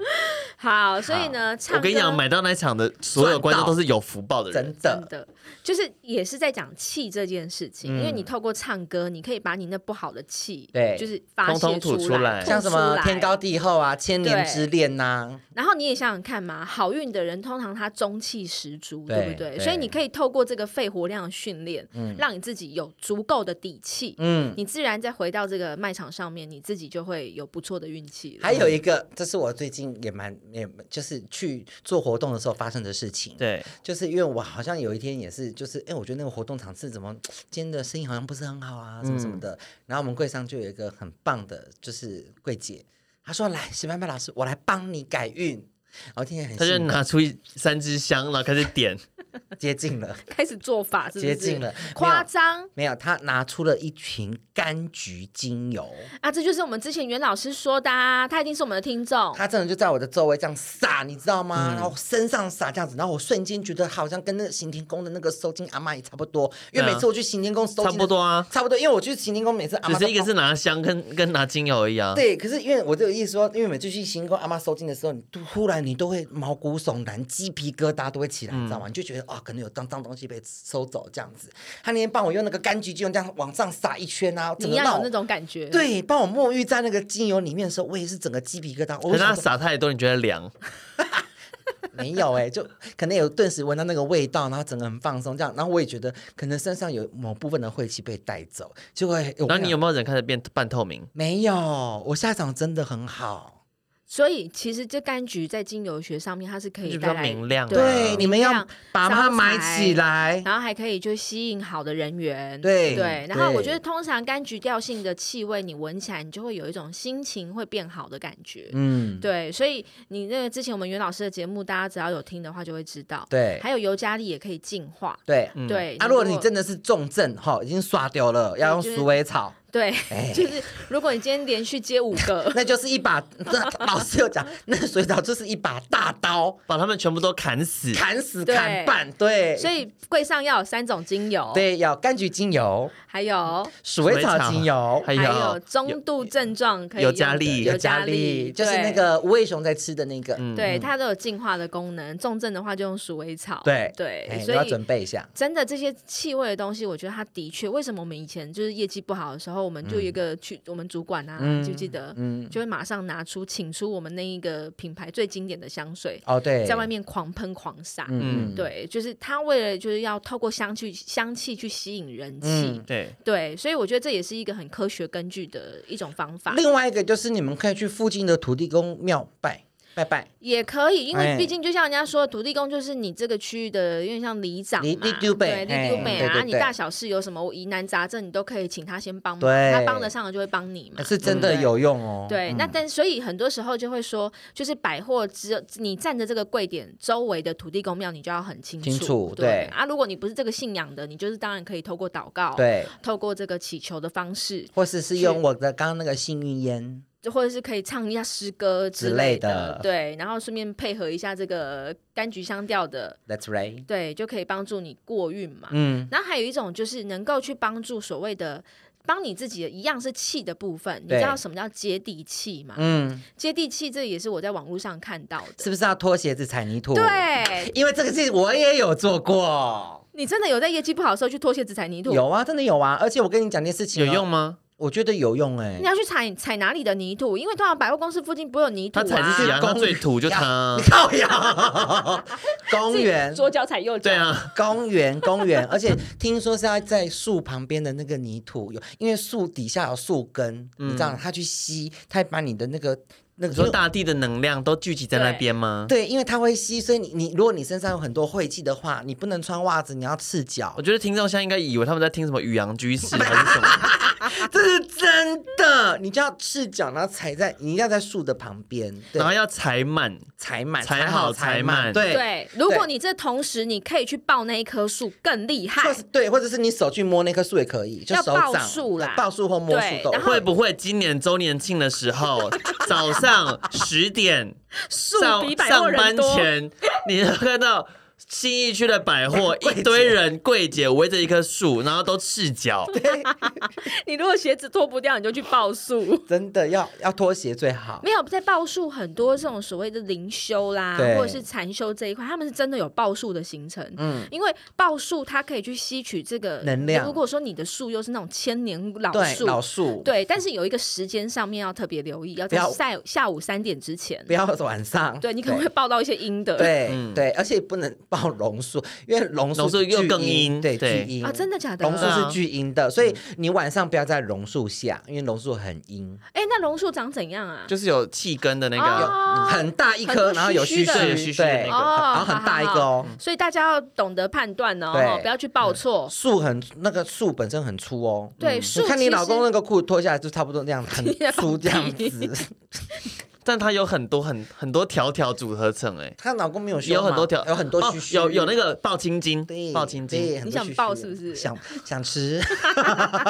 Speaker 2: 好，所以呢，唱
Speaker 4: 我
Speaker 2: 歌
Speaker 4: 跟你讲，买到那场的所有观众都是有福报的人
Speaker 3: 真。
Speaker 2: 真
Speaker 3: 的，
Speaker 2: 的就是也是在讲气这件事情，因为你透过唱歌，你可以把你那不好的气，
Speaker 3: 嗯对
Speaker 2: 就是发
Speaker 4: 通
Speaker 2: 泄
Speaker 4: 通吐出
Speaker 2: 来，
Speaker 4: 来
Speaker 2: 吐
Speaker 3: 像什么
Speaker 2: 出来
Speaker 3: 天高。地厚啊，千年之恋呐、
Speaker 2: 然后你也想想看嘛，好运的人通常他中气十足，对不
Speaker 3: 对
Speaker 2: 对？
Speaker 3: 对
Speaker 2: 所以你可以透过这个肺活量的训练，让你自己有足够的底气，
Speaker 3: 嗯，
Speaker 2: 你自然再回到这个卖场上面，你自己就会有不错的运气了。
Speaker 3: 还有一个，这是我最近也蛮也就是去做活动的时候发生的事情。，
Speaker 4: 对，
Speaker 3: 就是因为我好像有一天也是，就是哎，我觉得那个活动场次怎么今天的生意好像不是很好
Speaker 4: 嗯
Speaker 3: 啊，什么什么的。然后我们柜上就有一个很棒的，就是柜姐，她说：“来，石班班老师，我来帮你改运。”然后听起来很
Speaker 4: 他就
Speaker 3: 兴奋
Speaker 4: 拿出一三支香，然后开始点，
Speaker 3: 接近了。
Speaker 2: 开始做法是不是
Speaker 3: 接近了
Speaker 2: 夸张
Speaker 3: 没有，他拿出了一瓶柑橘精油，
Speaker 2: 啊！这就是我们之前袁老师说的啊，他一定是我们的听众。
Speaker 3: 他真的就在我的周围这样撒，你知道
Speaker 2: 嗯
Speaker 3: 吗？然后身上撒这样子，然后我瞬间觉得好像跟那个行天宫的那个收金阿嬷也差不多，因
Speaker 2: 嗯
Speaker 3: 为
Speaker 4: 对啊
Speaker 3: 每次我去行天宫收金的
Speaker 4: 差不多啊
Speaker 3: 差不多，因为我去行天宫每次阿
Speaker 4: 只
Speaker 3: 嬷
Speaker 4: 是一个
Speaker 3: 都
Speaker 4: 是拿香跟跟拿精油一样。
Speaker 3: 对，可是因为我这个意思说，因为每次去行天宫阿妈收金的时候，你突然你都会毛骨悚然、鸡皮疙瘩都会起来，你知道
Speaker 2: 嗯
Speaker 3: 吗？你就觉得啊、可能有脏脏东西被收走这样子。他那天帮我用那个柑橘精油这样往上撒一圈啊，整
Speaker 2: 你
Speaker 3: 个
Speaker 2: 要
Speaker 3: 让
Speaker 2: 有
Speaker 3: 我
Speaker 2: 那种感觉，，
Speaker 3: 对，帮我沐浴在那个精油里面的时候，我也是整个鸡皮疙瘩。
Speaker 4: 可 <laughs>
Speaker 3: 我
Speaker 4: 是他
Speaker 3: 想说
Speaker 4: 撒太多，你觉得凉？
Speaker 3: 没有哎、就可能有顿时闻到那个味道，然后整个很放松这样。然后我也觉得可能身上有某部分的晦气被带走，结果我
Speaker 4: 然后你有
Speaker 3: 没
Speaker 4: 没有人开始变半透明？
Speaker 3: 没有？我下场真的很好，
Speaker 2: 所以其实这柑橘在精油学上面，它是可以
Speaker 4: 就比
Speaker 2: 带
Speaker 4: 较
Speaker 2: 来
Speaker 4: 明亮啊
Speaker 2: 对，
Speaker 3: 对，你们
Speaker 2: 明
Speaker 3: 要
Speaker 2: 亮
Speaker 3: 把它埋起，
Speaker 2: 招
Speaker 3: 来
Speaker 2: 财。然后还可以就吸引好的人缘，
Speaker 3: 对
Speaker 2: 对。然后
Speaker 3: 对
Speaker 2: 我觉得通常柑橘调性的气味，你闻起来你就会有一种心情会变好的感觉，
Speaker 3: 嗯，
Speaker 2: 对。所以你那个之前我们袁老师的节目，大家只要有听的话就会知道，
Speaker 3: 对
Speaker 2: 还有尤加利也可以净化，
Speaker 3: 对。
Speaker 2: 嗯
Speaker 4: 嗯
Speaker 2: 对。
Speaker 3: 啊，如果你真的是重症哈，已经刷掉了，要用
Speaker 2: 就是
Speaker 3: 鼠尾草，
Speaker 2: 对，
Speaker 3: 哎，
Speaker 2: 就是如果你今天连续接五个
Speaker 3: 那就是一把。那老师有讲，那鼠尾草就是一把大刀，
Speaker 4: 把他们全部都砍死。
Speaker 3: 砍死
Speaker 2: 对
Speaker 3: 砍半。 <laughs> 对，
Speaker 2: 所以柜上要有三种精油，，
Speaker 3: 对，嗯要柑橘精油、
Speaker 2: 还有
Speaker 3: 鼠尾草精油，
Speaker 4: 还
Speaker 2: 还
Speaker 4: 有
Speaker 2: 有中度症状可以
Speaker 4: 有
Speaker 2: 用的
Speaker 4: 加力
Speaker 2: 有
Speaker 3: 尤加
Speaker 2: 加力
Speaker 3: 利，就是那。个嗯无尾熊在吃的那个。
Speaker 2: 对对，它都有净化的功能。重症的话就用鼠尾草。
Speaker 3: 对哎
Speaker 2: 对，
Speaker 3: 你
Speaker 2: 所
Speaker 3: 要准
Speaker 2: 以
Speaker 3: 备一下。
Speaker 2: 真的这些气味的东西，我觉得它的确，为什么我们以前就是业绩不好的时候，候，我们就有一个去、我们主管啊，
Speaker 3: 嗯
Speaker 2: 记不记得？
Speaker 3: 嗯，
Speaker 2: 就会马上拿出请出我们那一个品牌最经典的香水，
Speaker 3: 哦对，
Speaker 2: 在外，面狂喷狂洒。
Speaker 3: 嗯，
Speaker 2: 对，就是他为了就是要透过香气香气去吸引人气。
Speaker 3: 嗯
Speaker 4: 对，
Speaker 2: 对，所以我觉得这也是一个很科学根据的一种方法，
Speaker 3: 另外一个就是你们可以去附近的土地公庙拜拜拜，
Speaker 2: 也可以，因为
Speaker 3: 哎
Speaker 2: 毕竟就像人家说，土地公就是你这个区域的，有点像里长
Speaker 3: 里
Speaker 2: 嘛，
Speaker 3: 里丢
Speaker 2: 对，
Speaker 3: 北
Speaker 2: 里
Speaker 3: 哎
Speaker 2: 丢北
Speaker 3: 对
Speaker 2: 啊，
Speaker 3: 对
Speaker 2: 你
Speaker 3: 对
Speaker 2: 大小事有什么疑难杂症，你都可以请他先帮忙，
Speaker 3: 对
Speaker 2: 他帮得上的就会帮你嘛。
Speaker 3: 是真的有用哦。
Speaker 2: 嗯对，
Speaker 3: 嗯
Speaker 2: 那但所以很多时候就会说，就是百货只有你站着这个柜点周围的土地公庙，你就要很清楚。
Speaker 3: 清楚
Speaker 2: 对
Speaker 3: 对
Speaker 2: 啊，如果你不是这个信仰的，你就是当然可以透过祷告，，
Speaker 3: 对，
Speaker 2: 透过这个祈求的方式，
Speaker 3: 或是是
Speaker 2: 去
Speaker 3: 用我的刚刚那个幸运烟，
Speaker 2: 就或者是可以唱一下诗歌之
Speaker 3: 之
Speaker 2: 类
Speaker 3: 类的
Speaker 2: 对，然后顺便配合一下这个柑橘香调的，
Speaker 3: That's right。
Speaker 2: 对，就可以帮助你过运嘛。
Speaker 3: 嗯，
Speaker 2: 然后还有一种就是能够去帮助所谓的。帮你自己的一样是气的部分，你
Speaker 3: 对
Speaker 2: 知道什么叫接地气吗？
Speaker 3: 嗯，
Speaker 2: 接地气这也是我在网络上看到的。
Speaker 3: 是不是要脱鞋子踩泥土？，
Speaker 2: 对
Speaker 3: 因为这个事我也有做过，
Speaker 2: 你真的有在业绩不好的时候去拖鞋子踩泥土？
Speaker 3: 有啊，真的有啊。而且我跟你讲件事情
Speaker 4: 有
Speaker 3: 哦，
Speaker 4: 用吗？
Speaker 3: 我觉得有用哎
Speaker 2: 你。要去踩踩哪里的泥土？因为通常百货公司附近不会有泥土
Speaker 4: 他
Speaker 2: 啊。
Speaker 4: 踩自己啊，
Speaker 3: 公
Speaker 4: 他最土就啊他
Speaker 3: 你， <laughs> 靠呀！公
Speaker 2: 自己
Speaker 3: 园，
Speaker 2: 左脚踩右脚。
Speaker 4: 对，啊，
Speaker 3: 公园，公园，而且听说是要在树旁边的那个泥土有，因为树底下有树根，你知道，它去吸，它会把你的那个那个
Speaker 4: 嗯你说大地的能量都聚集在那边吗？
Speaker 3: 对，因为它会吸，所以你你如果你身上有很多晦气的话，你不能穿袜子，你要赤脚
Speaker 4: 我，觉得听众现在应该以为他们在听什么宇阳居士还是什么，
Speaker 3: 这是真的，你就要赤脚，然后踩在，你一定要在树的旁边， <laughs> 对
Speaker 4: 然，后要踩满，
Speaker 3: 踩满，
Speaker 4: 踩好
Speaker 3: 好，
Speaker 4: 踩满
Speaker 3: 满，对。
Speaker 2: 对，如果
Speaker 3: 对
Speaker 2: 你这同时你可以去抱那一棵树，更厉
Speaker 3: 或
Speaker 2: 害
Speaker 3: 是。对，或者是你手去摸那棵树也可以，就
Speaker 2: 要
Speaker 3: 手
Speaker 2: 抱
Speaker 3: 掌
Speaker 2: 树啦
Speaker 3: 抱树或摸树
Speaker 2: 对
Speaker 3: 都
Speaker 2: 然后
Speaker 4: 会不会今年周年庆的
Speaker 2: <laughs>
Speaker 4: 时候，早上十点
Speaker 2: 树
Speaker 4: 上
Speaker 2: 比百货
Speaker 4: 上
Speaker 2: 人
Speaker 4: 班
Speaker 2: 多。
Speaker 4: 前，你会看到新义区的
Speaker 2: <laughs>
Speaker 4: 百货一堆人柜姐围着一棵树，然后都赤脚，
Speaker 2: 你如果鞋子脱不掉，你就去抱树。
Speaker 3: 真的要要拖鞋最好。
Speaker 2: 没有在抱树，很多这种所谓的灵修啦，
Speaker 3: 对
Speaker 2: 或者是禅修这一块，他们是真的有抱树的行程。嗯，因为抱树它可以去吸取这个
Speaker 3: 能量
Speaker 2: 如果说你的树又是那种千年老
Speaker 3: 对，
Speaker 2: 树，
Speaker 3: 老树，
Speaker 2: 对，但是有一个时间上面要特别留意，要在
Speaker 3: 不要
Speaker 2: 下下午三点之前
Speaker 3: 不。要晚上。
Speaker 2: 对你可能会报到一些阴的。
Speaker 3: 对对对，而且不能抱榕树，因为榕
Speaker 4: 嗯榕
Speaker 3: 树
Speaker 4: 树
Speaker 3: 是
Speaker 4: 又
Speaker 3: 巨
Speaker 4: 更
Speaker 3: 阴
Speaker 4: 阴
Speaker 3: 对
Speaker 4: 对
Speaker 3: 巨阴
Speaker 2: 啊，真的假的？
Speaker 3: 榕树
Speaker 4: 对
Speaker 3: 是
Speaker 4: 啊嗯
Speaker 3: 巨阴的，所以你晚上不要在榕树下，因为榕树很阴，
Speaker 2: 哎，那榕树长怎样啊？
Speaker 4: 就是有气根的那
Speaker 2: 哦
Speaker 4: 个。
Speaker 3: 很大一
Speaker 2: 很多
Speaker 3: 棵，然后有
Speaker 2: 须
Speaker 3: 须
Speaker 2: 须的
Speaker 4: 有须
Speaker 3: 须，
Speaker 4: 须的
Speaker 3: 对，很
Speaker 4: 那个
Speaker 2: 哦
Speaker 3: 然后很大一个哦。
Speaker 2: 所以大家要懂得判断哦，
Speaker 3: 对
Speaker 2: 哈不要去报错。
Speaker 3: 树很那个树本身很粗哦，
Speaker 2: 对
Speaker 3: 嗯
Speaker 2: 树
Speaker 3: 你看你
Speaker 2: 其
Speaker 3: 老公
Speaker 2: 实
Speaker 3: 那个裤脱下来就差不多那样，很
Speaker 2: <laughs>
Speaker 3: 粗这样子。
Speaker 4: 但它有很多很很多条条组合成、欸，
Speaker 3: 她老公没有胸
Speaker 4: 有很
Speaker 3: 吗
Speaker 4: 多条，
Speaker 3: 有很多须须，
Speaker 4: 哦有有那个抱青筋
Speaker 3: 对，
Speaker 4: 抱青
Speaker 3: 对
Speaker 4: 筋，
Speaker 3: 很
Speaker 2: 你
Speaker 3: 多
Speaker 2: 想
Speaker 3: 须须
Speaker 2: 抱
Speaker 3: 啊
Speaker 2: 是不是
Speaker 3: 想想吃，
Speaker 2: <laughs>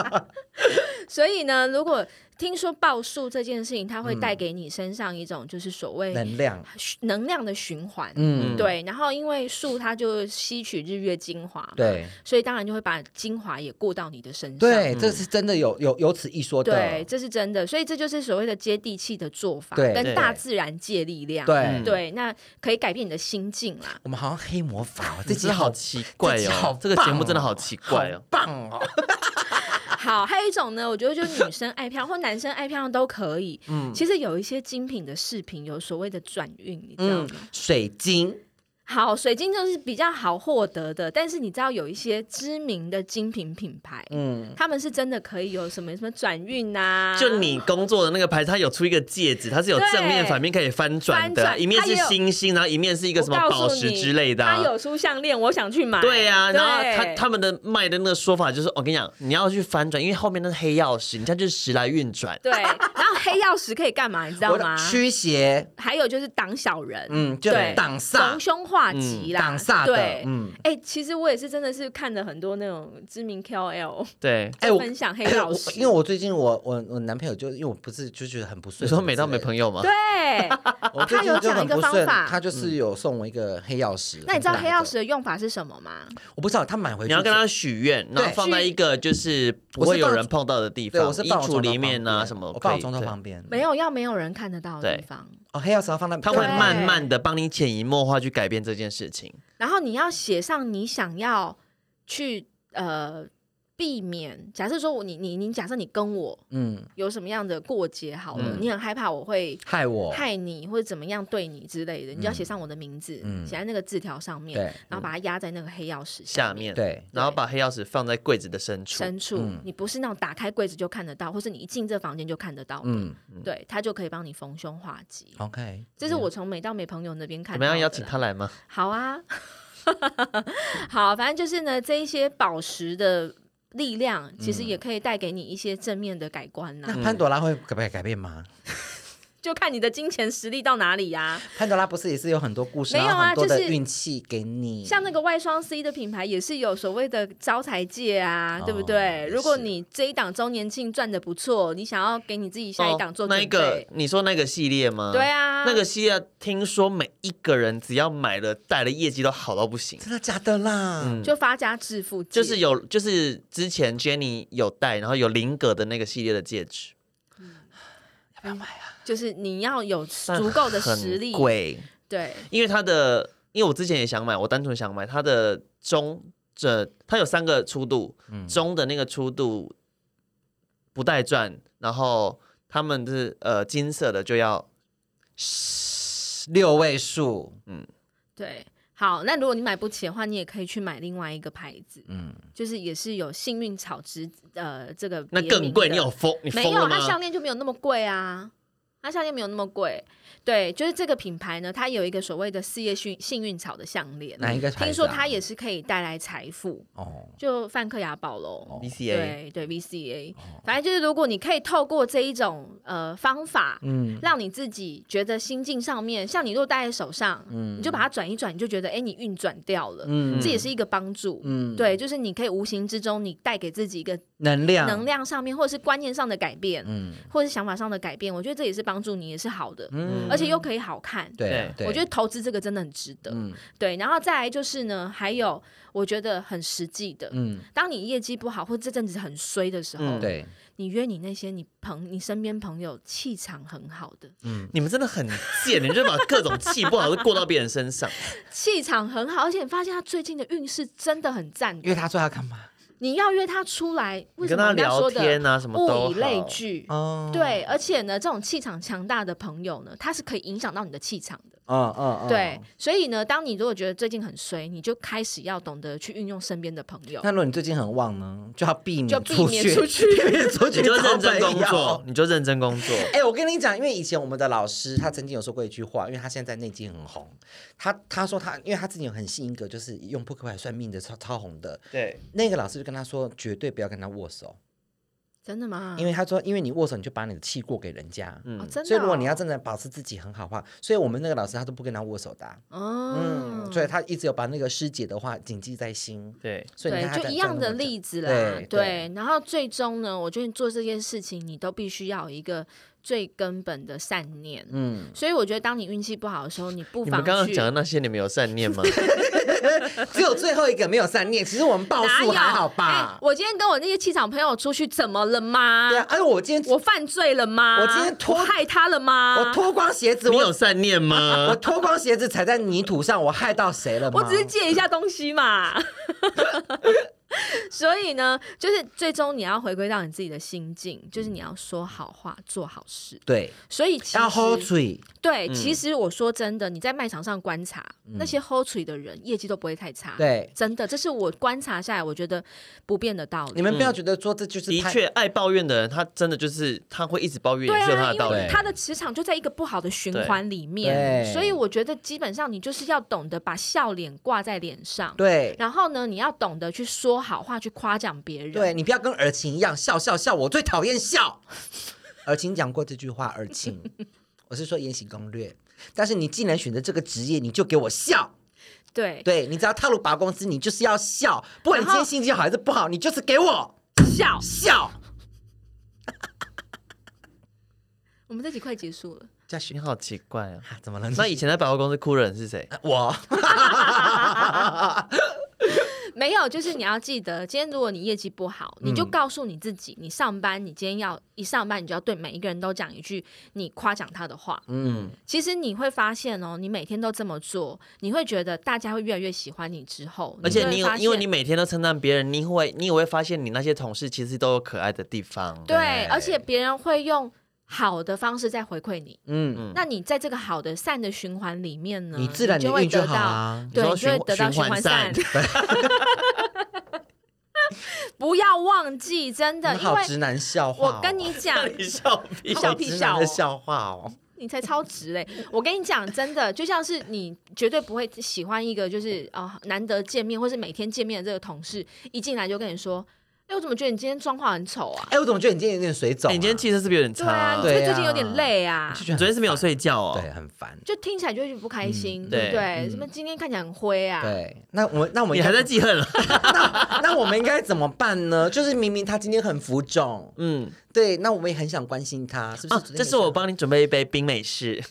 Speaker 2: 所以呢，如果听说报数这件事情，它会
Speaker 3: 嗯
Speaker 2: 带给你身上一种就是所谓
Speaker 3: 能量，
Speaker 2: 能量的循环。
Speaker 3: 嗯，
Speaker 2: 对，然后因为树它就吸取日月精华，，
Speaker 3: 对。
Speaker 2: 所以当然就会把精华也过到你的身上。
Speaker 4: 嗯
Speaker 3: 对，这是真的有有有此一说的。
Speaker 2: 对，这是真的，所以这就是所谓的接地气的做法，
Speaker 3: 对
Speaker 2: 跟
Speaker 4: 对
Speaker 2: 大自然借力量。
Speaker 3: 对
Speaker 4: 嗯
Speaker 2: 对，那可以改变你的心境啦。
Speaker 3: <laughs> 我们好像黑魔法、哦，
Speaker 4: 这
Speaker 3: 这
Speaker 4: 集
Speaker 3: 集
Speaker 4: 好
Speaker 3: 好
Speaker 4: 奇怪
Speaker 3: 这集好
Speaker 4: 哦
Speaker 3: 棒，
Speaker 4: 这个节目真的好奇怪哦。
Speaker 3: 棒
Speaker 2: <laughs>
Speaker 3: 哦！
Speaker 2: 好，还有一种呢，我觉得就是女生爱
Speaker 3: <laughs>
Speaker 2: 漂亮或男生爱漂亮都可以。嗯，其实有一些精品的饰品有所谓的转运，你知道吗？
Speaker 3: 嗯，水晶
Speaker 2: 好，水晶就是比较好获得的，但是你知道有一些知名的精品品牌，嗯，他们是真的可以有什么什么转运啊呐？
Speaker 4: 就你工作的那个牌子，它有出一个戒指，它是有
Speaker 2: 对
Speaker 4: 正面、反面可以翻转
Speaker 2: 翻
Speaker 4: 的，啊
Speaker 2: 转
Speaker 4: 一面
Speaker 2: 它
Speaker 4: 是
Speaker 2: 也有
Speaker 4: 星星，然后一面是一个
Speaker 2: 我
Speaker 4: 什么
Speaker 2: 告诉
Speaker 4: 宝石
Speaker 2: 你
Speaker 4: 之类的啊。
Speaker 2: 它有出项链，我想去买。
Speaker 4: 对呀、然后
Speaker 2: 对
Speaker 4: 他他们的卖的那个说法就是，哦我跟你讲，你要去翻转，因为后面那是黑曜石，你这样就是时来运转。
Speaker 2: 对，然后黑曜石可以干嘛？你知道
Speaker 3: 我
Speaker 2: 吗
Speaker 3: 的？驱邪，
Speaker 2: 还有就是挡小人，
Speaker 3: 嗯，就
Speaker 2: 对
Speaker 3: 挡
Speaker 2: 逢
Speaker 3: 煞，
Speaker 2: 凶
Speaker 4: 嗯
Speaker 2: 化吉啦，
Speaker 3: 挡煞的
Speaker 2: 对，，
Speaker 3: 嗯。
Speaker 2: 哎、其实我也是真的是看了很多那种知名 KOL
Speaker 4: 对，
Speaker 3: 哎我
Speaker 2: 分享黑
Speaker 3: 哎
Speaker 2: 曜
Speaker 3: 我
Speaker 2: 石，
Speaker 3: 因为我最近我我我男朋友就因为我不是就觉得很不顺，
Speaker 4: 你说美到没朋
Speaker 3: 友，
Speaker 4: 友吗？ <laughs>
Speaker 2: 对，
Speaker 3: 我最
Speaker 2: 他有
Speaker 3: 哦近就
Speaker 2: 讲一
Speaker 3: 很
Speaker 2: 个
Speaker 3: 不
Speaker 2: 方
Speaker 3: 顺，
Speaker 2: 法
Speaker 3: 他就是有送我一个黑曜石。
Speaker 2: 那你知
Speaker 4: <laughs>
Speaker 2: 道
Speaker 3: 很大
Speaker 2: 黑曜
Speaker 3: 的？
Speaker 2: 石的用法是什么吗？
Speaker 3: 我不知道他买回去
Speaker 4: 你要跟他许愿，然后
Speaker 3: 对
Speaker 4: 放在一个就是不会有人碰到的地
Speaker 3: 对，
Speaker 4: 方，
Speaker 3: 我是
Speaker 4: 衣
Speaker 3: 放我床
Speaker 4: 橱
Speaker 3: 头
Speaker 4: 里面
Speaker 3: 旁
Speaker 4: 啊
Speaker 3: 边
Speaker 4: 什么
Speaker 3: 我
Speaker 4: 可以，
Speaker 3: 放我床头
Speaker 4: 对
Speaker 3: 旁边
Speaker 2: 没有，要没有人看得到的地
Speaker 4: 对
Speaker 2: 方。
Speaker 3: 哦，黑曜石要放在
Speaker 4: 他会
Speaker 2: 对
Speaker 4: 慢慢的帮你潜移默化去改变这件事情。
Speaker 2: 然后你要写上你想要去呃。避免，假设说我你你你假设你跟我
Speaker 3: 嗯，
Speaker 2: 有什么样的过节好了，
Speaker 4: 嗯哦
Speaker 2: 你很害怕我会
Speaker 3: 害我，
Speaker 2: 害你或者怎么样对你之类的，你就要写上我的名字，
Speaker 3: 嗯
Speaker 2: 写在那个字条上面，
Speaker 3: 对
Speaker 4: 嗯
Speaker 2: 然后把它压在那个黑曜石
Speaker 4: 下
Speaker 2: 面。
Speaker 4: 面，
Speaker 3: 对，
Speaker 4: 然后把黑曜石放在柜子的深处，
Speaker 2: 深处，
Speaker 3: 嗯
Speaker 2: 你不是那种打开柜子就看得到，或是你一进这房间就看得到的，
Speaker 3: 嗯
Speaker 2: 对他就可以帮你逢凶化吉。
Speaker 3: ，OK，
Speaker 2: 这是我从美到美朋友那边看
Speaker 4: 嗯怎
Speaker 2: 到的
Speaker 4: 么样
Speaker 2: 啦
Speaker 4: 邀请他来吗？
Speaker 2: 好啊， <laughs> 好，反正就是呢，这一些宝石的力量，其
Speaker 4: 嗯
Speaker 2: 实也可以带给你一些正面的改观呐、 <laughs>
Speaker 3: 那潘朵拉会改变改变吗？
Speaker 2: 就看你的金钱实力到哪里啊呀、
Speaker 3: 潘朵拉不是也是有很多故事，
Speaker 2: 没有啊
Speaker 3: 然后很多的
Speaker 2: 就是
Speaker 3: 运气给
Speaker 4: 嗯
Speaker 3: 你，
Speaker 2: <laughs> 像那个外双 C 的品牌也是有所谓的招财戒啊，
Speaker 3: 哦
Speaker 2: 对不对？
Speaker 3: 也是
Speaker 2: 如果你这一档周年庆赚的不错，你想要给你自己下一档做
Speaker 4: 哦那
Speaker 2: 准
Speaker 4: 一
Speaker 2: 备，
Speaker 4: 个你说那个系列吗？
Speaker 2: 对啊
Speaker 4: 那个系列听说每一个人只要买了带了业绩都好到不行，
Speaker 3: 真的假的啦？
Speaker 4: 嗯
Speaker 2: 嗯就发家致富戒，
Speaker 4: 就是有就是之前 Jenny 有戴，然后有林格的那个系列的戒指，
Speaker 2: 就是你要有
Speaker 4: 但
Speaker 2: 足够的
Speaker 4: 很
Speaker 2: 实力，
Speaker 4: 贵，
Speaker 2: 对，
Speaker 4: 因为它的因为我之前也想买，我单纯想买它的中这它有三个粗度，中的那个粗度不带钻，然后他们是呃金色的就要
Speaker 3: 六位数，
Speaker 2: 对，好，那如果你买不起的话，你也可以去买另外一个牌子，
Speaker 3: 嗯，
Speaker 2: 就是也是有幸运草植呃这个
Speaker 4: 那
Speaker 2: 别
Speaker 4: 更
Speaker 2: 名
Speaker 4: 贵，
Speaker 2: 的
Speaker 4: 你有疯你
Speaker 2: 没
Speaker 4: 疯
Speaker 2: 有啊
Speaker 4: 了
Speaker 2: 它项
Speaker 4: 吗？
Speaker 2: 链就没有那么贵啊，它项链没有那么贵。对，就是这个品牌呢，它有一个所谓的四叶幸幸运草的项链，
Speaker 3: 哪一个
Speaker 2: 听
Speaker 3: 牌子
Speaker 2: 说
Speaker 3: 啊
Speaker 2: 它也是可以带来财富，
Speaker 3: 哦，
Speaker 2: 就梵克雅宝龙。
Speaker 4: 哦
Speaker 2: 对
Speaker 4: BCA
Speaker 2: 对，VCA，反正
Speaker 4: 哦
Speaker 2: 就是如果你可以透过这一种呃方法，
Speaker 3: 嗯，
Speaker 2: 让你自己觉得心境上面，像你如果戴在手上，
Speaker 4: 嗯
Speaker 2: 你就把它转一转，你就觉得哎、你运转掉了，
Speaker 3: 嗯
Speaker 2: 这也是一个帮助。
Speaker 3: 嗯，
Speaker 2: 对，就是你可以无形之中，你带给自己一个
Speaker 3: 能量，
Speaker 2: 能，量上面，或者是观念上的改变，
Speaker 3: 嗯
Speaker 2: 或者是想法上的改变，我觉得这也是帮助你，也是好的，
Speaker 3: 嗯，
Speaker 4: 呃
Speaker 2: 而且又可以好看。
Speaker 3: 对啊
Speaker 4: 对
Speaker 3: 对，
Speaker 2: 我觉得投资这个真的很值得。
Speaker 3: 嗯
Speaker 2: 对，然后再来就是呢，还有我觉得很实际的，
Speaker 3: 嗯，
Speaker 2: 当你业绩不好或这阵子很衰的时候，
Speaker 4: 嗯
Speaker 3: 对，
Speaker 2: 你约你那些你朋你身边朋友气场很好的，
Speaker 4: 你们真的很贱，你们就把各种气不好都过到别人
Speaker 3: <laughs>
Speaker 4: 身上。
Speaker 2: 气场很好，而且你发现他最近的运势真的很赞。
Speaker 3: 约他出来干嘛？
Speaker 2: 你要约他出来，为
Speaker 4: 你
Speaker 2: 什
Speaker 4: 跟
Speaker 2: 么
Speaker 4: 他
Speaker 2: 人家
Speaker 4: 聊
Speaker 2: 说
Speaker 4: 天
Speaker 2: 的
Speaker 4: 啊，什么都
Speaker 2: 物以类
Speaker 4: 好。嗯
Speaker 2: 聚？
Speaker 3: 哦，
Speaker 2: 对，而且呢，这种气场强大的朋友呢，他是可以影响到你的气场的。
Speaker 3: 嗯，嗯嗯，
Speaker 2: 对，。所以呢，当你如果觉得最近很衰，你就开始要懂得去运用身边的朋友
Speaker 3: 那，如果你最近很旺呢，就要避
Speaker 2: 就
Speaker 3: 免
Speaker 2: 避
Speaker 3: 出
Speaker 2: 免
Speaker 3: 去，
Speaker 2: 出去
Speaker 3: 避免出去
Speaker 4: 你就
Speaker 3: 找
Speaker 4: 认真
Speaker 3: 朋
Speaker 4: 工
Speaker 3: 友
Speaker 4: 作。，你就认真工
Speaker 3: <laughs>
Speaker 4: 作。
Speaker 3: 哎、我跟你讲，因为以前我们的老师他曾经有说过一句话，因为他现在在内经很红，他他说他因为他自己有很信一个就是用扑克牌算命的超超红的
Speaker 4: 对，
Speaker 3: 那个老师就跟他说，绝对不要跟他握手，
Speaker 2: 真的吗？
Speaker 3: 因为他说因为你握手你就把你的气过给人家，
Speaker 2: 哦
Speaker 4: 嗯，
Speaker 2: 嗯真的哦、
Speaker 3: 所以如果你要真的保持自己很好的话，所以我们那个老师他都不跟他握手的啊、
Speaker 2: 哦，
Speaker 3: 嗯，所以他一直有把那个师姐的话谨记在心，
Speaker 4: 对，
Speaker 3: 所以你
Speaker 2: 对
Speaker 3: 看，他
Speaker 2: 就
Speaker 3: 在
Speaker 2: 一样的
Speaker 3: 在那么久
Speaker 2: 例子啦，
Speaker 3: 对对
Speaker 2: 然后最终呢，我觉得你做这件事情，你都必须要有一个最根本的善念。
Speaker 3: 嗯，
Speaker 2: 所以我觉得，当你运气不好的时候，你不
Speaker 4: 你
Speaker 2: 妨
Speaker 4: 们刚刚
Speaker 2: 去
Speaker 4: 讲的那些，你们有善
Speaker 3: <laughs>
Speaker 4: 念吗？
Speaker 3: 只有最后一个没有善念，其实我们报
Speaker 2: 哪
Speaker 3: 数
Speaker 2: 有？
Speaker 3: 还好
Speaker 2: 哎
Speaker 3: 吧？
Speaker 2: 我今天跟我那些气场朋友出去，怎么了吗？
Speaker 3: 对啊，而且我今天
Speaker 2: 我啊犯罪了吗？
Speaker 3: 我今天脱
Speaker 2: 我害他了吗？
Speaker 3: 我脱光鞋子，
Speaker 4: 你
Speaker 3: 我
Speaker 4: 有善念
Speaker 3: 我
Speaker 4: 吗？
Speaker 3: 脱光鞋子踩在泥土上，我害到谁了吗？
Speaker 2: 我只是借一下东西嘛。 <laughs> 所以呢，就是最终你要回归到你自己的心境，就是你要说好话，做好事。
Speaker 3: 对，
Speaker 2: 所以其实
Speaker 3: 要 hold 住。嗯
Speaker 2: 对，其实我说真的，你在卖场上观察、那些 hold 嘴的人，业绩都不会太差。，
Speaker 3: 对，
Speaker 2: 真的，这是我观察下来我觉得不变的道理。
Speaker 3: 你们不要觉得说这就是
Speaker 4: 的
Speaker 3: 拍，
Speaker 4: 确，爱抱怨的人，他真的就是他会一直抱怨，
Speaker 2: 对
Speaker 4: 也是有他
Speaker 2: 啊，
Speaker 4: 的
Speaker 2: 因
Speaker 4: 道理
Speaker 2: 为。他的磁场就在一个不好的循环里面，
Speaker 3: 对
Speaker 2: 所以我觉得基本上你就是要懂得把笑脸挂在脸上，
Speaker 3: 对
Speaker 2: 然后呢，你要懂得去说好话，去夸奖别人。
Speaker 3: 对，你不要跟尔晴一样笑笑笑，我最讨厌笑。 <laughs> 尔晴讲过这句话，尔晴，我是说《延禧攻略》，但是你既然选择这个职业，你就给我笑。
Speaker 2: 对
Speaker 3: 对你只要踏入拔公司，你就是要笑，不管你今
Speaker 2: 然后
Speaker 3: 天心情好还是不好，你就是给我
Speaker 2: 笑。
Speaker 3: 笑。
Speaker 2: 我们这集快结束了， <laughs>
Speaker 3: 嘉许
Speaker 4: 你好奇怪啊！
Speaker 3: 啊，怎么了？啊
Speaker 2: <laughs>
Speaker 4: 那以前在百货公司哭的人是谁？
Speaker 3: 我
Speaker 2: 没没有，就是你要记得，今天如果你业绩不好，你
Speaker 4: 嗯
Speaker 2: 就告诉你自己，你上班，你今天要一上班，你就要对每一个人都讲一句你夸奖他的话。
Speaker 3: 嗯，
Speaker 2: 其实你会发现哦，你每天都这么做，你会觉得大家会越来越喜欢你。之后，
Speaker 4: 而且
Speaker 2: 会
Speaker 4: 你有
Speaker 2: 发，
Speaker 4: 因为
Speaker 2: 现
Speaker 4: 你每天都称赞别人，你会你也会发现你那些同事其实都有可爱的地方。
Speaker 2: 对，而且别人会用好的方式在回馈你。
Speaker 3: 嗯，
Speaker 2: 那你在这个好的善的循环里面呢，
Speaker 3: 你自然你
Speaker 2: 就
Speaker 3: 的
Speaker 2: 会
Speaker 3: 运就
Speaker 2: 得
Speaker 3: 好
Speaker 2: 到，
Speaker 3: 啊。
Speaker 2: 对，
Speaker 4: 你
Speaker 2: 你
Speaker 4: 说
Speaker 2: 就会
Speaker 4: 循
Speaker 2: 得到
Speaker 4: 循
Speaker 2: 循
Speaker 4: 环
Speaker 2: 环
Speaker 4: 善
Speaker 2: 善。 <laughs> 不要忘记，真的，
Speaker 3: 你
Speaker 2: 因
Speaker 3: 好
Speaker 2: 为
Speaker 3: 直男笑话、哦，
Speaker 2: 我跟你
Speaker 3: <laughs>
Speaker 2: 讲，
Speaker 4: 你笑屁，
Speaker 2: 笑屁
Speaker 3: 直
Speaker 2: 笑
Speaker 3: 男的
Speaker 2: 哦
Speaker 3: 笑话哦。
Speaker 2: 你才超值嘞！我跟你讲，真的，就像是你绝对不会喜欢一个就是啊、难得见面或是每天见面的这个同事，一进来就跟你说：“哎，我怎么觉得你今天妆化很丑啊
Speaker 3: 哎、我怎么觉得你今天有点水肿、啊
Speaker 4: 哎你今天气色是不是有点？”
Speaker 2: 对啊，
Speaker 4: 差？
Speaker 2: 你
Speaker 3: 对
Speaker 2: 最最近有点累啊，
Speaker 3: 就觉得很
Speaker 4: 昨天是没有睡觉哦。
Speaker 3: 对，很烦。
Speaker 2: 就听起来就会不开心，
Speaker 4: 嗯
Speaker 2: 对不
Speaker 4: 对
Speaker 2: 对？什么今天看起来很灰啊？
Speaker 3: 对，那我们那我们
Speaker 4: 你
Speaker 3: 应该
Speaker 4: 还在记恨了？
Speaker 3: <laughs> 那我们应该怎么办呢？就是明明他今天很浮肿，
Speaker 4: 嗯
Speaker 3: 对，那我们也很想关心他，是不是
Speaker 4: 啊
Speaker 3: 昨，天没睡？
Speaker 4: 这是我帮你准备一杯冰美式。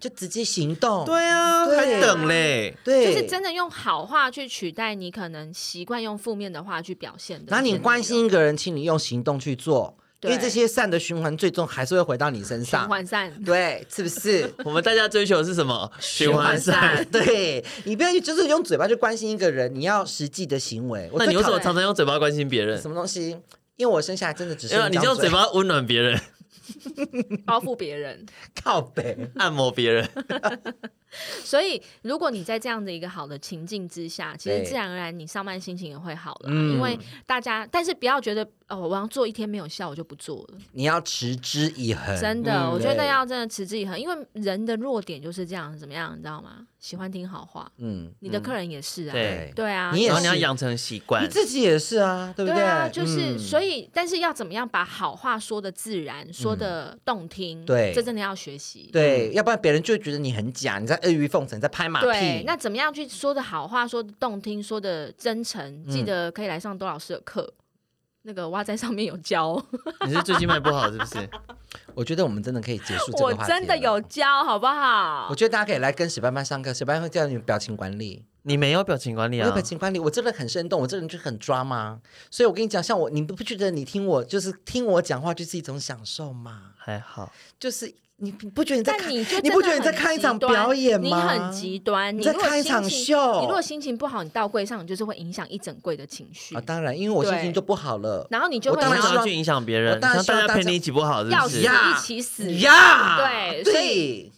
Speaker 3: 就直接行动。
Speaker 4: 啊
Speaker 3: 对
Speaker 4: 还等嘞。
Speaker 3: 对，
Speaker 2: 就是真的用好话去取代你可能习惯用负面的话去表现的。
Speaker 3: 那你关心一个人，请你用行动去做，
Speaker 2: 对
Speaker 3: 因为这些善的循环最终还是会回到你身
Speaker 2: 循
Speaker 3: 上。
Speaker 2: 环散，
Speaker 3: 对，是不是？
Speaker 4: 我们大家追求的是什么？循环
Speaker 2: 善
Speaker 4: 赛。
Speaker 3: <laughs> 对你不要去就是用嘴巴去关心一个人，你要实际的行为。我
Speaker 4: 那你
Speaker 3: 最
Speaker 4: 为
Speaker 3: 讨
Speaker 4: 什么
Speaker 3: 厌
Speaker 4: 常常用嘴巴关心别人？
Speaker 3: 什么东西？因为我生下来真的只是
Speaker 4: 因为你用嘴
Speaker 3: 巴
Speaker 4: 巴温暖别人，
Speaker 2: 包覆别人。
Speaker 3: 靠背，
Speaker 4: 按摩别人。
Speaker 2: 所以，如果你在这样的一个好的情境之下，其实
Speaker 3: 对
Speaker 2: 自然而然你上班心情也会好了，啊
Speaker 3: 嗯
Speaker 2: 因为大家，但是不要觉得哦，我要做一天没有效，我就不做了。
Speaker 3: 你要持之以恒。
Speaker 2: <laughs> 真的，
Speaker 4: 嗯
Speaker 2: 我觉得
Speaker 3: 对
Speaker 2: 要真的持之以恒，因为人的弱点就是这样，怎么样，你知道吗？喜欢听好话，
Speaker 3: 嗯，
Speaker 2: 你的客人也是啊，
Speaker 4: 对
Speaker 2: 对啊，
Speaker 3: 你也
Speaker 4: 然后
Speaker 3: 是
Speaker 4: 你要养成习
Speaker 3: 你
Speaker 4: 惯。
Speaker 3: 自己也是啊，对不
Speaker 2: 对啊，就是、
Speaker 3: 嗯
Speaker 2: 所以，但是要怎么样把好话说的自然，说的动听，
Speaker 3: 嗯对
Speaker 2: 这真的要学习。
Speaker 3: 对，要不然别人就会觉得你很假，你在阿谀奉承，你在拍马
Speaker 2: 对
Speaker 3: 屁。
Speaker 2: 那怎么样去说的好话，说的动听，说的真诚？
Speaker 3: 嗯
Speaker 2: 记得可以来上多老师的课，那个蛙在上面有教，
Speaker 4: 你是最近卖不好是不
Speaker 3: <laughs>
Speaker 4: 是？
Speaker 3: 我觉得我们真的可以结束这个
Speaker 2: <laughs> 我
Speaker 3: 话题
Speaker 2: 真的
Speaker 3: 了
Speaker 2: 有，教，好不好
Speaker 3: 我？觉得大家可以来跟史班班上课，史班班会教你表情管理。
Speaker 4: 你没有表情管理
Speaker 3: 我有
Speaker 4: 啊
Speaker 3: 表？情管理，我这个人很生动，我这个人就很抓嘛。所以我跟你讲，像我，你不觉得你听我就是听我讲话就是一种享受吗？
Speaker 4: 还好，
Speaker 3: 就是你你不觉得你在
Speaker 2: 但
Speaker 3: 看，
Speaker 2: 你就
Speaker 3: 你
Speaker 2: 真
Speaker 3: 不
Speaker 2: 的
Speaker 3: 觉得你在
Speaker 2: 很
Speaker 3: 看一
Speaker 2: 极
Speaker 3: 场
Speaker 2: 端
Speaker 3: 表演吗？
Speaker 2: 你很极端，
Speaker 3: 你
Speaker 2: 你
Speaker 3: 在
Speaker 2: 如果
Speaker 3: 看一
Speaker 2: 心
Speaker 3: 场
Speaker 2: 情
Speaker 3: 秀
Speaker 2: 你如果心情不好，你到柜上，你就是会影响一整柜的情绪
Speaker 3: 啊，，当然，因为我心情
Speaker 2: 对
Speaker 3: 就不好了。
Speaker 2: 然后你就
Speaker 3: 我
Speaker 2: 会
Speaker 3: 当
Speaker 4: 你
Speaker 3: 然
Speaker 4: 想
Speaker 3: 希
Speaker 4: 要
Speaker 3: 望
Speaker 4: 去影响别
Speaker 3: 我
Speaker 4: 人，
Speaker 3: 当然
Speaker 4: 想
Speaker 3: 希望
Speaker 4: 大
Speaker 3: 大
Speaker 4: 家
Speaker 3: 家
Speaker 4: 陪你一起不好是
Speaker 2: 要
Speaker 4: 不
Speaker 2: 死
Speaker 4: 是？
Speaker 3: 呀
Speaker 2: 一起死。
Speaker 3: 呀，
Speaker 2: 对所
Speaker 3: 对，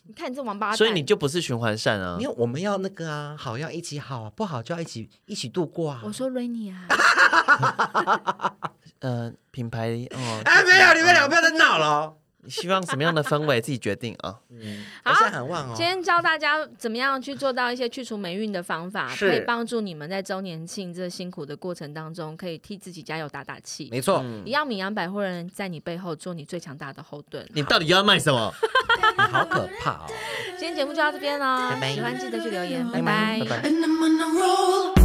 Speaker 2: 你看这王
Speaker 3: 啊
Speaker 2: 八蛋，
Speaker 4: 所以你就不是循环善啊
Speaker 3: 没。有，我们要那个啊，好要一起好啊，不好就要一起一起度过啊
Speaker 2: 我。说瑞尼啊，
Speaker 4: 呃，品牌哦，
Speaker 3: 哎，没有，你们两个不要再闹了哦。
Speaker 4: 希望什么样的氛围自己决定啊。
Speaker 3: 我现在很旺哦
Speaker 2: 今。天教大家怎么样去做到一些去除霉运的方法，
Speaker 3: 是
Speaker 2: 可以帮助你们在周年庆这辛苦的过程当中，可以替自己加油打打气。
Speaker 3: 没错，
Speaker 2: 一样，米阳百货人在你背后做你最强大的后盾。
Speaker 4: 你到底要卖什么？
Speaker 3: 你好可怕哦。
Speaker 2: 今天节目就到这边喽，喜欢记得去留言，拜
Speaker 3: 拜拜
Speaker 2: 拜。
Speaker 1: And I'm on a roll.